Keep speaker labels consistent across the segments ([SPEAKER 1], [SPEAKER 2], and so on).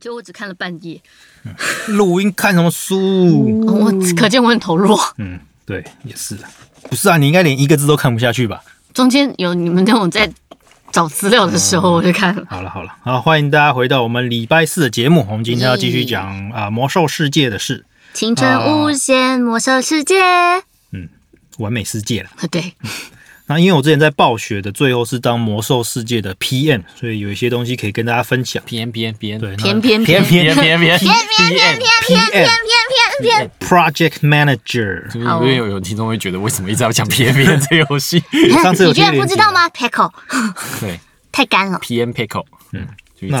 [SPEAKER 1] 就我只看了半页，哦
[SPEAKER 2] 录音看什么书？
[SPEAKER 1] 我可见我很投入。
[SPEAKER 2] 嗯，对，也是的。不是啊，你应该连一个字都看不下去吧？
[SPEAKER 1] 中间有你们那种在找资料的时
[SPEAKER 2] 嗯
[SPEAKER 1] 候，我就看了。
[SPEAKER 2] 好了好了，好，欢迎大家回到我们礼拜四的节目。我们今天要继续讲啊、魔兽世界的事，
[SPEAKER 1] 青春无限，魔兽世界。
[SPEAKER 2] 完美世界了。
[SPEAKER 1] 啊对，
[SPEAKER 2] 那因为我之前在暴雪的最后是当魔兽世界的 PM，所以有一些东西可以跟大家分享。
[SPEAKER 3] 偏偏偏
[SPEAKER 2] 对，那
[SPEAKER 1] 偏偏
[SPEAKER 2] 偏
[SPEAKER 3] 偏偏偏偏偏
[SPEAKER 2] PM Project Manager，
[SPEAKER 3] 因为有有听众会觉得为什么一直要讲 P M P 这游戏？
[SPEAKER 2] 上次有
[SPEAKER 1] 你居然
[SPEAKER 2] 贴
[SPEAKER 1] 不
[SPEAKER 2] 链
[SPEAKER 1] 知
[SPEAKER 2] 接
[SPEAKER 1] 道吗？Pickle
[SPEAKER 3] 对
[SPEAKER 1] 太干了，
[SPEAKER 3] ，P M Pickle，嗯，就去找一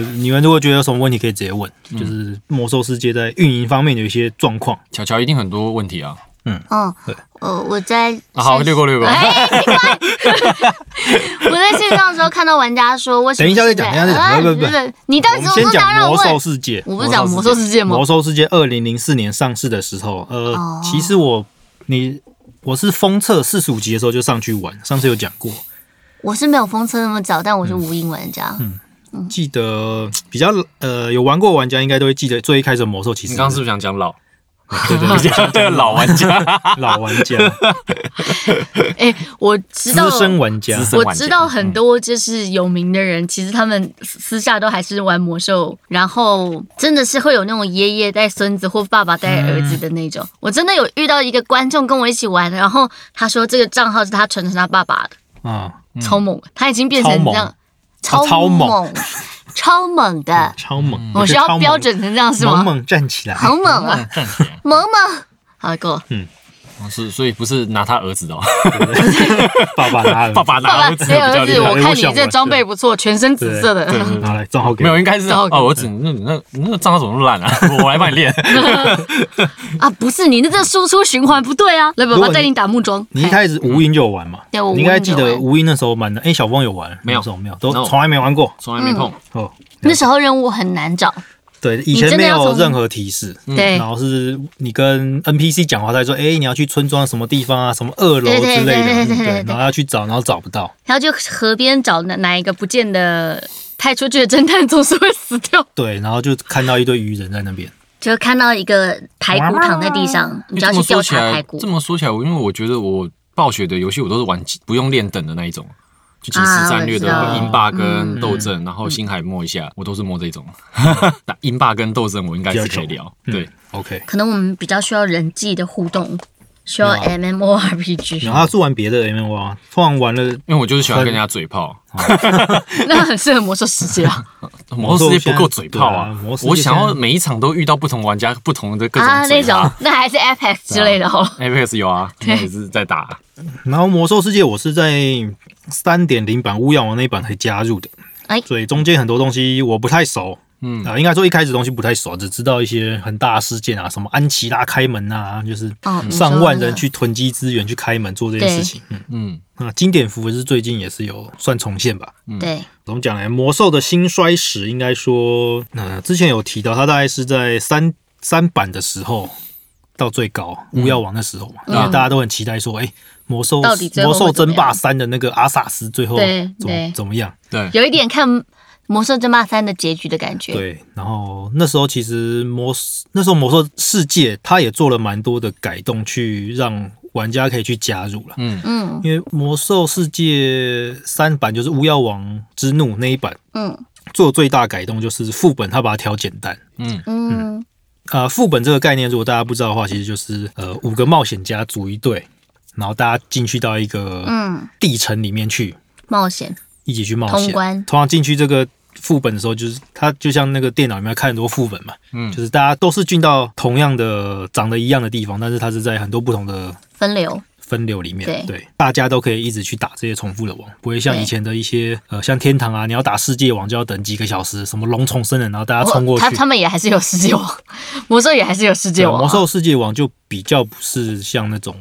[SPEAKER 2] 那你们如果觉得有什么问题，可以直接问，就是魔兽世界在运营方面的一些状况。
[SPEAKER 3] 乔乔一定很多问题啊。
[SPEAKER 1] 嗯，呃，我在
[SPEAKER 3] 啊好，略过略过。
[SPEAKER 1] 哎，奇怪！ 我在线上的时候看到玩家说，我
[SPEAKER 2] 等一下再讲等一下再讲不不不
[SPEAKER 1] 哎不，你到
[SPEAKER 2] 我
[SPEAKER 1] 底
[SPEAKER 2] 们
[SPEAKER 1] 什么
[SPEAKER 2] 先
[SPEAKER 1] 时候
[SPEAKER 2] 讲
[SPEAKER 1] 让我
[SPEAKER 2] 魔兽
[SPEAKER 1] 问？
[SPEAKER 2] 世界。
[SPEAKER 1] 我不是讲魔兽世界吗
[SPEAKER 2] 魔？兽世界二零零四年上市的时候，呃，
[SPEAKER 1] 哦
[SPEAKER 2] 其实我你我是封测四十五集的时候就上去玩，上次有讲过，
[SPEAKER 1] 我是没有封测那么早，但我是无印玩家。
[SPEAKER 2] 嗯
[SPEAKER 1] 嗯
[SPEAKER 2] 记得比较呃有玩过的玩家应该都会记得最一开始的魔兽其实
[SPEAKER 3] 你刚刚是不是想讲老？
[SPEAKER 2] 对对对
[SPEAKER 3] 对，老玩家，
[SPEAKER 2] 老玩 家
[SPEAKER 1] 哎，我知
[SPEAKER 2] 资
[SPEAKER 1] 道。
[SPEAKER 2] 深玩家
[SPEAKER 3] 资。深
[SPEAKER 1] 我
[SPEAKER 3] 玩家
[SPEAKER 1] 知道很多就是有名的人，其实他们私下都还是玩魔兽，然后真的是会有那种爷爷带孙子或爸爸带儿子的那种。我真的有遇到一个观众跟我一起玩，然后他说这个账号是他传承他爸爸的。
[SPEAKER 2] 啊，
[SPEAKER 1] 超猛，他已经变成这样，
[SPEAKER 2] 超猛
[SPEAKER 1] 猛，超猛的，
[SPEAKER 2] 超猛！
[SPEAKER 1] 我需
[SPEAKER 2] 觉得超
[SPEAKER 1] 要
[SPEAKER 2] 猛嗯
[SPEAKER 1] 标准成这样是吗
[SPEAKER 2] 猛？猛站起来，
[SPEAKER 1] 好猛啊，
[SPEAKER 3] 站起来。
[SPEAKER 1] 猛猛！好，够了，
[SPEAKER 3] 哦是，所以不是拿他儿子的哦，
[SPEAKER 2] 爸爸拿
[SPEAKER 3] 爸爸拿
[SPEAKER 1] 爸
[SPEAKER 3] 儿
[SPEAKER 1] 爸
[SPEAKER 3] 子
[SPEAKER 1] 谁
[SPEAKER 3] 的比较
[SPEAKER 1] 儿
[SPEAKER 3] 厉
[SPEAKER 1] 子？
[SPEAKER 3] 害。
[SPEAKER 1] 哎我看你这装备不错，全身紫色
[SPEAKER 3] 对
[SPEAKER 1] 的，
[SPEAKER 3] 对对
[SPEAKER 2] 拿来账号给
[SPEAKER 3] 没有，
[SPEAKER 2] 我。
[SPEAKER 3] 应 该是
[SPEAKER 1] 糟
[SPEAKER 3] 哦
[SPEAKER 1] 糕，
[SPEAKER 3] 我只那那那个账号怎么那么烂啊？ 我来帮你练。
[SPEAKER 1] 啊，不是你那这输出循环不对啊！来，爸
[SPEAKER 2] 如果
[SPEAKER 1] 爸
[SPEAKER 2] 你
[SPEAKER 1] 带你打木桩，哎
[SPEAKER 2] 你一开始无音就有玩嘛？
[SPEAKER 1] 对我无
[SPEAKER 2] 你
[SPEAKER 1] 印
[SPEAKER 2] 应该记
[SPEAKER 1] 有
[SPEAKER 2] 得
[SPEAKER 1] 玩
[SPEAKER 2] 无音那时候玩的。哎，小峰有玩？
[SPEAKER 3] 没有
[SPEAKER 2] 那时候没有，都
[SPEAKER 3] No
[SPEAKER 2] 从来没玩过。
[SPEAKER 3] 从来没碰，
[SPEAKER 2] 哦，
[SPEAKER 1] 那时候任务很难找，
[SPEAKER 2] 对，以
[SPEAKER 1] 真
[SPEAKER 2] 前
[SPEAKER 1] 的
[SPEAKER 2] 没
[SPEAKER 1] 要
[SPEAKER 2] 有
[SPEAKER 1] 从
[SPEAKER 2] 任何提示，
[SPEAKER 1] 对
[SPEAKER 2] 然后是你跟 NPC 讲话，他说：“哎、你要去村庄什么地方啊，什么二楼
[SPEAKER 1] 对对
[SPEAKER 2] 之类的，嗯
[SPEAKER 1] 对对对对对
[SPEAKER 2] 然后要去找，然后找不到。
[SPEAKER 1] 然后就河边找哪哪一个不见的派出去的侦探总是会死掉，
[SPEAKER 2] 对，然后就看到一堆鱼人在那边。
[SPEAKER 1] 就看到一个排骨躺在地上，你就要
[SPEAKER 3] 这
[SPEAKER 1] 去
[SPEAKER 3] 么
[SPEAKER 1] 调
[SPEAKER 3] 说起
[SPEAKER 1] 查
[SPEAKER 3] 来
[SPEAKER 1] 排，骨
[SPEAKER 3] 这。么说起来，因为我觉得我暴雪的游戏我都是玩几不用练等的那一种，就即时战略的
[SPEAKER 1] 啊我知道嗯
[SPEAKER 3] 英霸跟斗阵，然后星海摸一下，我都是摸这种。 那英霸跟斗阵我应该是可以聊，
[SPEAKER 2] 嗯
[SPEAKER 3] 对，
[SPEAKER 2] OK，
[SPEAKER 1] 可能我们比较需要人际的互动，需要
[SPEAKER 2] 啊
[SPEAKER 1] MMORPG，
[SPEAKER 2] 然后他是玩别的 M O 啊，突然玩了
[SPEAKER 3] 因为我就是喜欢跟人家嘴炮，
[SPEAKER 1] 那很适合魔兽世界啊！
[SPEAKER 3] 魔兽世界不够嘴炮啊
[SPEAKER 2] 魔兽现在对啊魔兽世界，
[SPEAKER 3] 我想要每一场都遇到不同玩家、不同的各种
[SPEAKER 1] 啊，那
[SPEAKER 3] 嘴
[SPEAKER 1] 种
[SPEAKER 3] 巴。
[SPEAKER 1] 那还是 Apex 之类的好了。
[SPEAKER 3] Apex 有啊，那也是在打，
[SPEAKER 2] 然后魔兽世界我是在三点零版巫妖王那一版才加入的，
[SPEAKER 1] 哎
[SPEAKER 2] 所以中间很多东西我不太熟。嗯
[SPEAKER 3] 嗯
[SPEAKER 2] 啊、应该说一开始东西不太熟，只知道一些很大的事件啊，什么安琪拉开门啊，就是
[SPEAKER 1] 哦你说
[SPEAKER 2] 上万
[SPEAKER 1] 那个
[SPEAKER 2] 人去囤积资源去开门做这件事情。嗯，
[SPEAKER 3] 嗯，
[SPEAKER 2] 那经典服是最近也是有算重现吧？
[SPEAKER 1] 对，
[SPEAKER 2] 怎么讲呢？魔兽的兴衰史应该说，呃，之前有提到，它大概是在三三版的时候到最高，巫妖王的时候嘛，因为大家都很期待说，哎、魔兽
[SPEAKER 1] 嗯到底最后
[SPEAKER 2] 魔
[SPEAKER 1] 会
[SPEAKER 2] 兽
[SPEAKER 1] 怎么
[SPEAKER 2] 争
[SPEAKER 1] 样
[SPEAKER 2] 霸三的那个阿萨斯最后
[SPEAKER 1] 对
[SPEAKER 2] 怎么
[SPEAKER 1] 对
[SPEAKER 2] 怎么样？
[SPEAKER 3] 对，
[SPEAKER 1] 有一点看《魔兽争霸三》的结局的感觉。
[SPEAKER 2] 对，然后那时候其实魔那时候魔兽世界，它也做了蛮多的改动，去让玩家可以去加入了。
[SPEAKER 3] 嗯
[SPEAKER 1] 嗯
[SPEAKER 2] 因为魔兽世界三版就是巫妖王之怒那一版，
[SPEAKER 1] 嗯
[SPEAKER 2] 做最大改动就是副本它把它调简单。
[SPEAKER 3] 嗯，
[SPEAKER 1] 嗯，
[SPEAKER 2] 呃，副本这个概念，如果大家不知道的话，其实就是呃五个冒险家组一队，然后大家进去到一个
[SPEAKER 1] 嗯，
[SPEAKER 2] 地城里面去，
[SPEAKER 1] 冒险
[SPEAKER 2] 一起去冒险。
[SPEAKER 1] 通关
[SPEAKER 2] 通常进去这个副本的时候，就是它就像那个电脑里面看很多副本嘛，
[SPEAKER 3] 嗯
[SPEAKER 2] 就是大家都是进到同样的长得一样的地方，但是它是在很多不同的
[SPEAKER 1] 分流，
[SPEAKER 2] 分流里面，
[SPEAKER 1] 对
[SPEAKER 2] 大家都可以一直去打这些重复的网，不会像
[SPEAKER 1] 对
[SPEAKER 2] 以前的一些呃，像天堂啊，你要打世界网就要等几个小时，什么龙重生人，然后大家冲过
[SPEAKER 1] 哦他
[SPEAKER 2] 去
[SPEAKER 1] 他。们也还是有世界王， 魔兽也还是有世
[SPEAKER 2] 对
[SPEAKER 1] 界王啊，
[SPEAKER 2] 魔兽世界网就比较不是像那种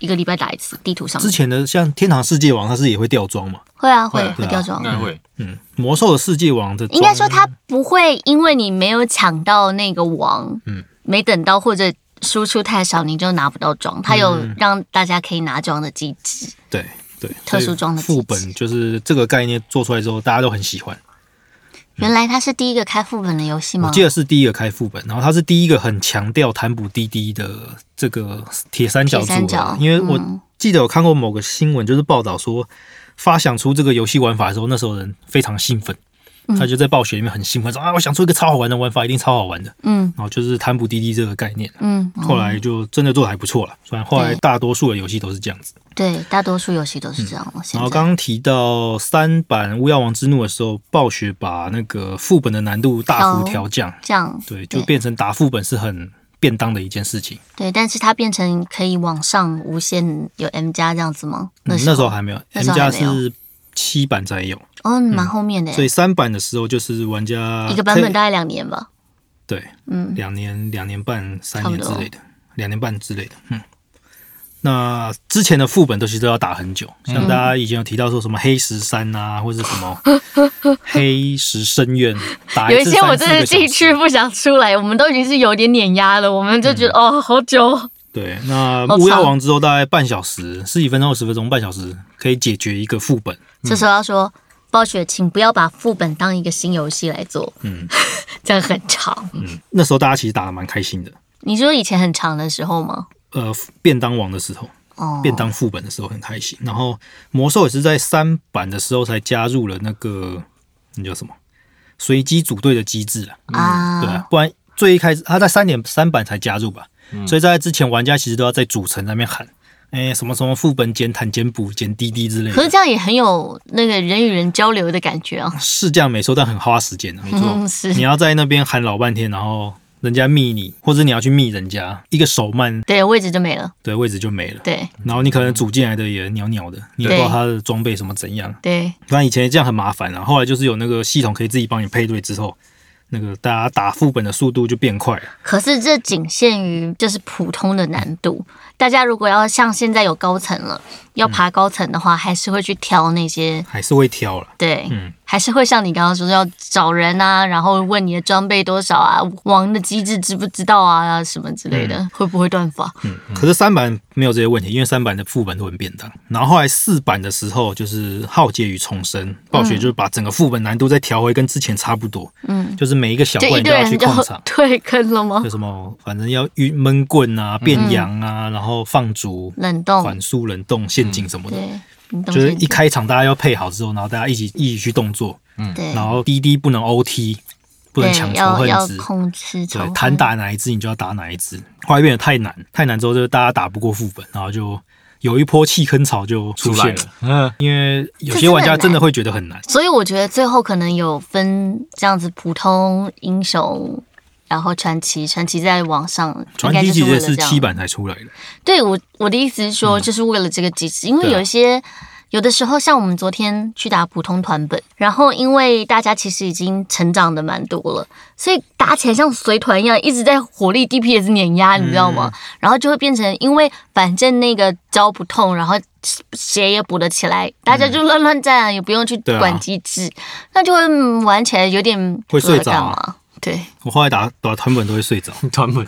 [SPEAKER 1] 一个礼拜打一次，地图上
[SPEAKER 2] 之
[SPEAKER 1] 面
[SPEAKER 2] 前的，像天堂世界网，它是也会掉装嘛，
[SPEAKER 1] 会啊会
[SPEAKER 3] 会啊
[SPEAKER 1] 会掉装
[SPEAKER 3] 应。该会，
[SPEAKER 2] 嗯，魔兽的世界网的
[SPEAKER 1] 应该
[SPEAKER 2] 装
[SPEAKER 1] 说他不会因为你没有抢到那个王，嗯，没等到或者输出太少，你就拿不到装。他有
[SPEAKER 2] 嗯
[SPEAKER 1] 让大家可以拿装的机制，
[SPEAKER 2] 对对
[SPEAKER 1] 特殊
[SPEAKER 2] 所以
[SPEAKER 1] 装的机制
[SPEAKER 2] 副本就是这个概念做出来之后，大家都很喜欢。
[SPEAKER 1] 原来它是第一个开副本的游戏吗
[SPEAKER 2] 我？记得是第一个开副本，然后它是第一个很强调弹补滴滴的这个铁三角
[SPEAKER 1] 铁三
[SPEAKER 2] 组
[SPEAKER 1] 角
[SPEAKER 2] 合，因为我
[SPEAKER 1] 嗯
[SPEAKER 2] 记得有看过某个新闻，就是报道说发想出这个游戏玩法的时候，那时候人非常兴奋，
[SPEAKER 1] 嗯
[SPEAKER 2] 他就在暴雪里面很兴奋，说啊，我想出一个超好玩的玩法，一定超好玩的。
[SPEAKER 1] 嗯
[SPEAKER 2] 然后就是弹补滴滴这个概念，
[SPEAKER 1] 嗯，
[SPEAKER 2] 后来就真的做的还不错了。虽然后来
[SPEAKER 1] 对
[SPEAKER 2] 大多数的游戏都是这样子。
[SPEAKER 1] 对，大多数游戏都是这样了。现
[SPEAKER 2] 然后
[SPEAKER 1] 在
[SPEAKER 2] 刚刚提到三版《巫妖王之怒》的时候，暴雪把那个副本的难度大幅
[SPEAKER 1] 调
[SPEAKER 2] 调降，
[SPEAKER 1] 这样
[SPEAKER 2] 对，就变成打副本是很便当的一件事情。嗯
[SPEAKER 1] 对，但是它变成可以往上无限有 M 加这样子吗？
[SPEAKER 2] 嗯
[SPEAKER 1] 时
[SPEAKER 2] 那时
[SPEAKER 1] 候
[SPEAKER 2] 候还没有
[SPEAKER 1] 那
[SPEAKER 2] ，M
[SPEAKER 1] 时候还
[SPEAKER 2] 加
[SPEAKER 1] 没有
[SPEAKER 2] 是七版才有，
[SPEAKER 1] 哦，蛮后面的耶，
[SPEAKER 2] 嗯所以三版的时候就是玩家
[SPEAKER 1] 一个版本
[SPEAKER 2] 可以
[SPEAKER 1] 大概两年吧。
[SPEAKER 2] 对，
[SPEAKER 1] 嗯，
[SPEAKER 2] 两年、两年半、三
[SPEAKER 1] 差不
[SPEAKER 2] 年
[SPEAKER 1] 多
[SPEAKER 2] 之类的，两年半之类的，嗯。那之前的副本都其实都要打很久，
[SPEAKER 1] 嗯
[SPEAKER 2] 像大家以前有提到说什么黑石山啊，或者什 么黑石深渊，打
[SPEAKER 1] 有
[SPEAKER 2] 一
[SPEAKER 1] 一
[SPEAKER 2] 次
[SPEAKER 1] 些我
[SPEAKER 2] 三四
[SPEAKER 1] 真
[SPEAKER 2] 个
[SPEAKER 1] 的
[SPEAKER 2] 小
[SPEAKER 1] 进
[SPEAKER 2] 时。
[SPEAKER 1] 去不想出来，我们都已经是有点碾压了，我们就觉得、
[SPEAKER 2] 嗯
[SPEAKER 1] 哦，好久哦。
[SPEAKER 2] 对，那
[SPEAKER 1] 好
[SPEAKER 2] 巫
[SPEAKER 1] 长
[SPEAKER 2] 妖王之后大概半小时、十几分钟、十分钟、半小时可以解决一个副本，
[SPEAKER 1] 这时候要说，暴雪，请不要把副本当一个新游戏来做，
[SPEAKER 2] 嗯
[SPEAKER 1] 这样很长。
[SPEAKER 2] 嗯，那时候大家其实打的蛮开心的。
[SPEAKER 1] 你说以前很长的时候吗？
[SPEAKER 2] 呃，便当王的时候，
[SPEAKER 1] 哦，
[SPEAKER 2] 便当副本的时候很开心。然后魔兽也是在三版的时候才加入了那个那叫什么随机组队的机制啊，对
[SPEAKER 1] 啊，
[SPEAKER 2] 啊，不然最一开始他在三点三版才加入吧，
[SPEAKER 1] 嗯
[SPEAKER 2] 所以在之前玩家其实都要在主城那边喊，哎、什么什么副本减坦减补减滴滴之类
[SPEAKER 1] 可是
[SPEAKER 2] 的，
[SPEAKER 1] 这样也很有那个人与人交流的感觉啊。
[SPEAKER 2] 是这样没错，但很花时间的、啊，没
[SPEAKER 1] 嗯， 是
[SPEAKER 2] 你，要在那边喊老半天，然后人家密你，或者你要去密人家，一个手慢，
[SPEAKER 1] 对，位置就没了。
[SPEAKER 2] 对位置就没了。
[SPEAKER 1] 对
[SPEAKER 2] 然后你可能组进来的也袅袅的，你也不知道
[SPEAKER 1] 对
[SPEAKER 2] 他的装备什么怎样。
[SPEAKER 1] 对，
[SPEAKER 2] 那以前这样很麻烦啊，后来就是有那个系统可以自己帮你配对之后，那个大家打副本的速度就变快了。
[SPEAKER 1] 可是这仅限于就是普通的难度。大家如果要像现在有高层了，要爬高层的话，还是会去挑那些
[SPEAKER 2] 还是会挑了。
[SPEAKER 1] 对，
[SPEAKER 2] 嗯
[SPEAKER 1] 还是会像你刚刚说的要找人啊，然后问你的装备多少啊，王的机制知不知道啊，什么之类的，会不会断法？
[SPEAKER 2] 嗯，可是三版没有这些问题，因为三版的副本都很便当。然后后来四版的时候，就是浩劫与重生，暴雪就是把整个副本难度再调回跟之前差不多，
[SPEAKER 1] 嗯，
[SPEAKER 2] 就是每一个小
[SPEAKER 1] 就
[SPEAKER 2] 怪
[SPEAKER 1] 一
[SPEAKER 2] 你
[SPEAKER 1] 个
[SPEAKER 2] 都要去
[SPEAKER 1] 人就。
[SPEAKER 2] 控 场
[SPEAKER 1] 哦退坑了吗
[SPEAKER 2] 有？什么，反正要运闷棍啊、变羊啊，
[SPEAKER 1] 嗯
[SPEAKER 2] 然后放逐、
[SPEAKER 1] 冷冻
[SPEAKER 2] 反，速、冷冻、陷阱什么的，
[SPEAKER 1] 嗯对，你懂
[SPEAKER 2] 就是
[SPEAKER 1] 陷
[SPEAKER 2] 一
[SPEAKER 1] 阱
[SPEAKER 2] 开场大家要配好之后，然后大家一起一起去动作，
[SPEAKER 1] 对，
[SPEAKER 2] 然后滴滴不能 OT，不能抢
[SPEAKER 1] 对
[SPEAKER 2] 仇
[SPEAKER 1] 要
[SPEAKER 2] 恨
[SPEAKER 1] 要
[SPEAKER 2] 值，
[SPEAKER 1] 控制仇
[SPEAKER 2] 对，
[SPEAKER 1] 恨
[SPEAKER 2] 弹打哪一只你就要打哪一只。后来变得太难，太难之后就是大家打不过副本，然后就有一波弃坑潮就 出
[SPEAKER 3] 出
[SPEAKER 2] 现
[SPEAKER 3] 来
[SPEAKER 2] 了
[SPEAKER 3] 了。，嗯，
[SPEAKER 2] 因为有
[SPEAKER 1] 这
[SPEAKER 2] 些
[SPEAKER 1] 真的
[SPEAKER 2] 玩家
[SPEAKER 1] 很
[SPEAKER 2] 真的
[SPEAKER 1] 难
[SPEAKER 2] 会觉得很难，
[SPEAKER 1] 所以我觉得最后可能有分这样子普通英雄，然后传奇，传奇在网上应
[SPEAKER 2] 传
[SPEAKER 1] 该
[SPEAKER 2] 奇
[SPEAKER 1] 就
[SPEAKER 2] 其
[SPEAKER 1] 是为
[SPEAKER 2] 实
[SPEAKER 1] 了
[SPEAKER 2] 是
[SPEAKER 1] 这样
[SPEAKER 2] 七。版才出来的，
[SPEAKER 1] 对我我的意思是说，就是为了这个机制，因为
[SPEAKER 2] 嗯对啊
[SPEAKER 1] 有一些。有的时候，像我们昨天去打普通团本，然后因为大家其实已经成长的蛮多了，所以打起来像随团一样，一直在火力 DPS 碾压，你知道
[SPEAKER 2] 嗯
[SPEAKER 1] 吗？然后就会变成，因为反正那个招不痛，然后血也补得起来，大家就乱乱战，也不用去
[SPEAKER 2] 嗯对啊
[SPEAKER 1] 管机制，那就会嗯玩起来有点
[SPEAKER 2] 会睡着啊
[SPEAKER 1] 干嘛？对，
[SPEAKER 2] 我后来打打团本都会睡着。
[SPEAKER 3] 团本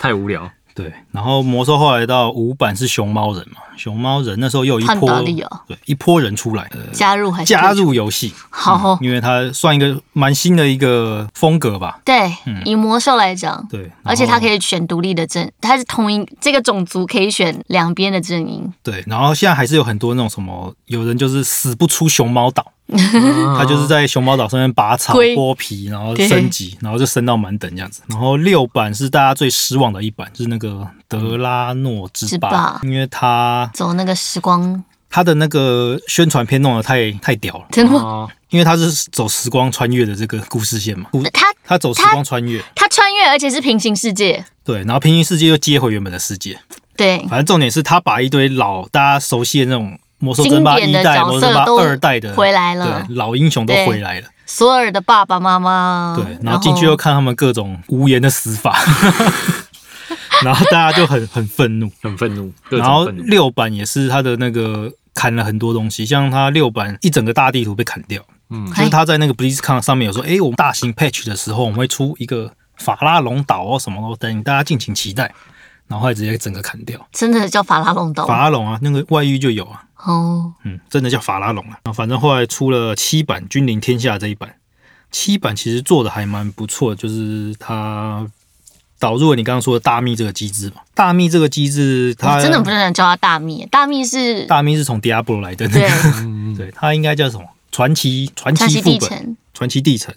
[SPEAKER 3] 太无聊，
[SPEAKER 2] 对，然后魔兽后来到五版是熊猫人嘛，熊猫人那时候又有一
[SPEAKER 1] 汉
[SPEAKER 2] 波
[SPEAKER 1] 堡里哦，
[SPEAKER 2] 对，一波人出来，呃
[SPEAKER 1] 加入还是
[SPEAKER 2] 加
[SPEAKER 1] 退出
[SPEAKER 2] 入嗯游戏，
[SPEAKER 1] 好哦、
[SPEAKER 2] 因为它算一个蛮新的一个风格吧。
[SPEAKER 1] 对，以魔兽来讲，
[SPEAKER 2] 嗯对，
[SPEAKER 1] 而且
[SPEAKER 2] 它
[SPEAKER 1] 他可以选独立的阵，他是同一这个种族可以选两边的阵营，
[SPEAKER 2] 对，然后现在还是有很多那种什么，有人就是死不出熊猫岛， 他就是在熊猫岛上面拔草、
[SPEAKER 1] 嗯龟
[SPEAKER 2] 剥皮，然后
[SPEAKER 1] 对
[SPEAKER 2] 升级，然后就升到满等这样子。然后六版是大家最失望的一版，就是那个德拉诺之
[SPEAKER 1] 之
[SPEAKER 2] 霸
[SPEAKER 1] 霸，
[SPEAKER 2] 因为他
[SPEAKER 1] 走那个时光，
[SPEAKER 2] 他的那个宣传片弄得太太屌了，
[SPEAKER 1] 真的吗？
[SPEAKER 3] 哦，
[SPEAKER 2] 因为他是走时光穿越的这个故事线嘛，故
[SPEAKER 1] 他
[SPEAKER 2] 他走时光穿越，
[SPEAKER 1] 他穿越，而且是平行世界，
[SPEAKER 2] 对，然后平行世界又接回原本的世界。
[SPEAKER 1] 对
[SPEAKER 2] 反正重点是他把一堆老大家熟悉的那种魔兽争霸
[SPEAKER 1] 经
[SPEAKER 2] 一
[SPEAKER 1] 典的
[SPEAKER 2] 代、
[SPEAKER 1] 角色
[SPEAKER 2] 魔兽争霸
[SPEAKER 1] 都
[SPEAKER 2] 二代的
[SPEAKER 1] 回来了
[SPEAKER 2] 对，老英雄都回来了。
[SPEAKER 1] 索尔的爸爸妈妈，
[SPEAKER 2] 对，然后进去又看他们各种无言的死 法，然后大家就很很愤怒。
[SPEAKER 3] 很愤怒，各
[SPEAKER 2] 然后
[SPEAKER 3] 种愤怒，
[SPEAKER 2] 六版也是他的那个砍了很多东西，像他六版一整个大地图被砍掉，
[SPEAKER 3] 嗯
[SPEAKER 1] 哎
[SPEAKER 2] 就是他在那个 BlizzCon 上面有说，诶，我们大型 patch 的时候，我们会出一个法拉龙岛哦什么的，等大家敬请期待。然后后来直接整个砍掉，
[SPEAKER 1] 真的叫法拉弄岛
[SPEAKER 2] 法拉龙啊，那个外遇就有啊，
[SPEAKER 1] 哦，
[SPEAKER 2] 嗯，真的叫法拉龙啊。然后反正后来出了七版《君临天下》这一版，七版其实做的还蛮不错，就是它导入了你刚刚说的大秘这个机制嘛。大秘这个机制它，
[SPEAKER 1] 我
[SPEAKER 2] 它
[SPEAKER 1] 哦真的不能叫他大秘，大秘是
[SPEAKER 2] 大秘是从 Diablo 来的，
[SPEAKER 1] 对
[SPEAKER 2] 对，它应该叫什么？传奇传
[SPEAKER 1] 传奇
[SPEAKER 2] 奇副
[SPEAKER 1] 地
[SPEAKER 2] 本，
[SPEAKER 1] 城，
[SPEAKER 2] 传奇地城。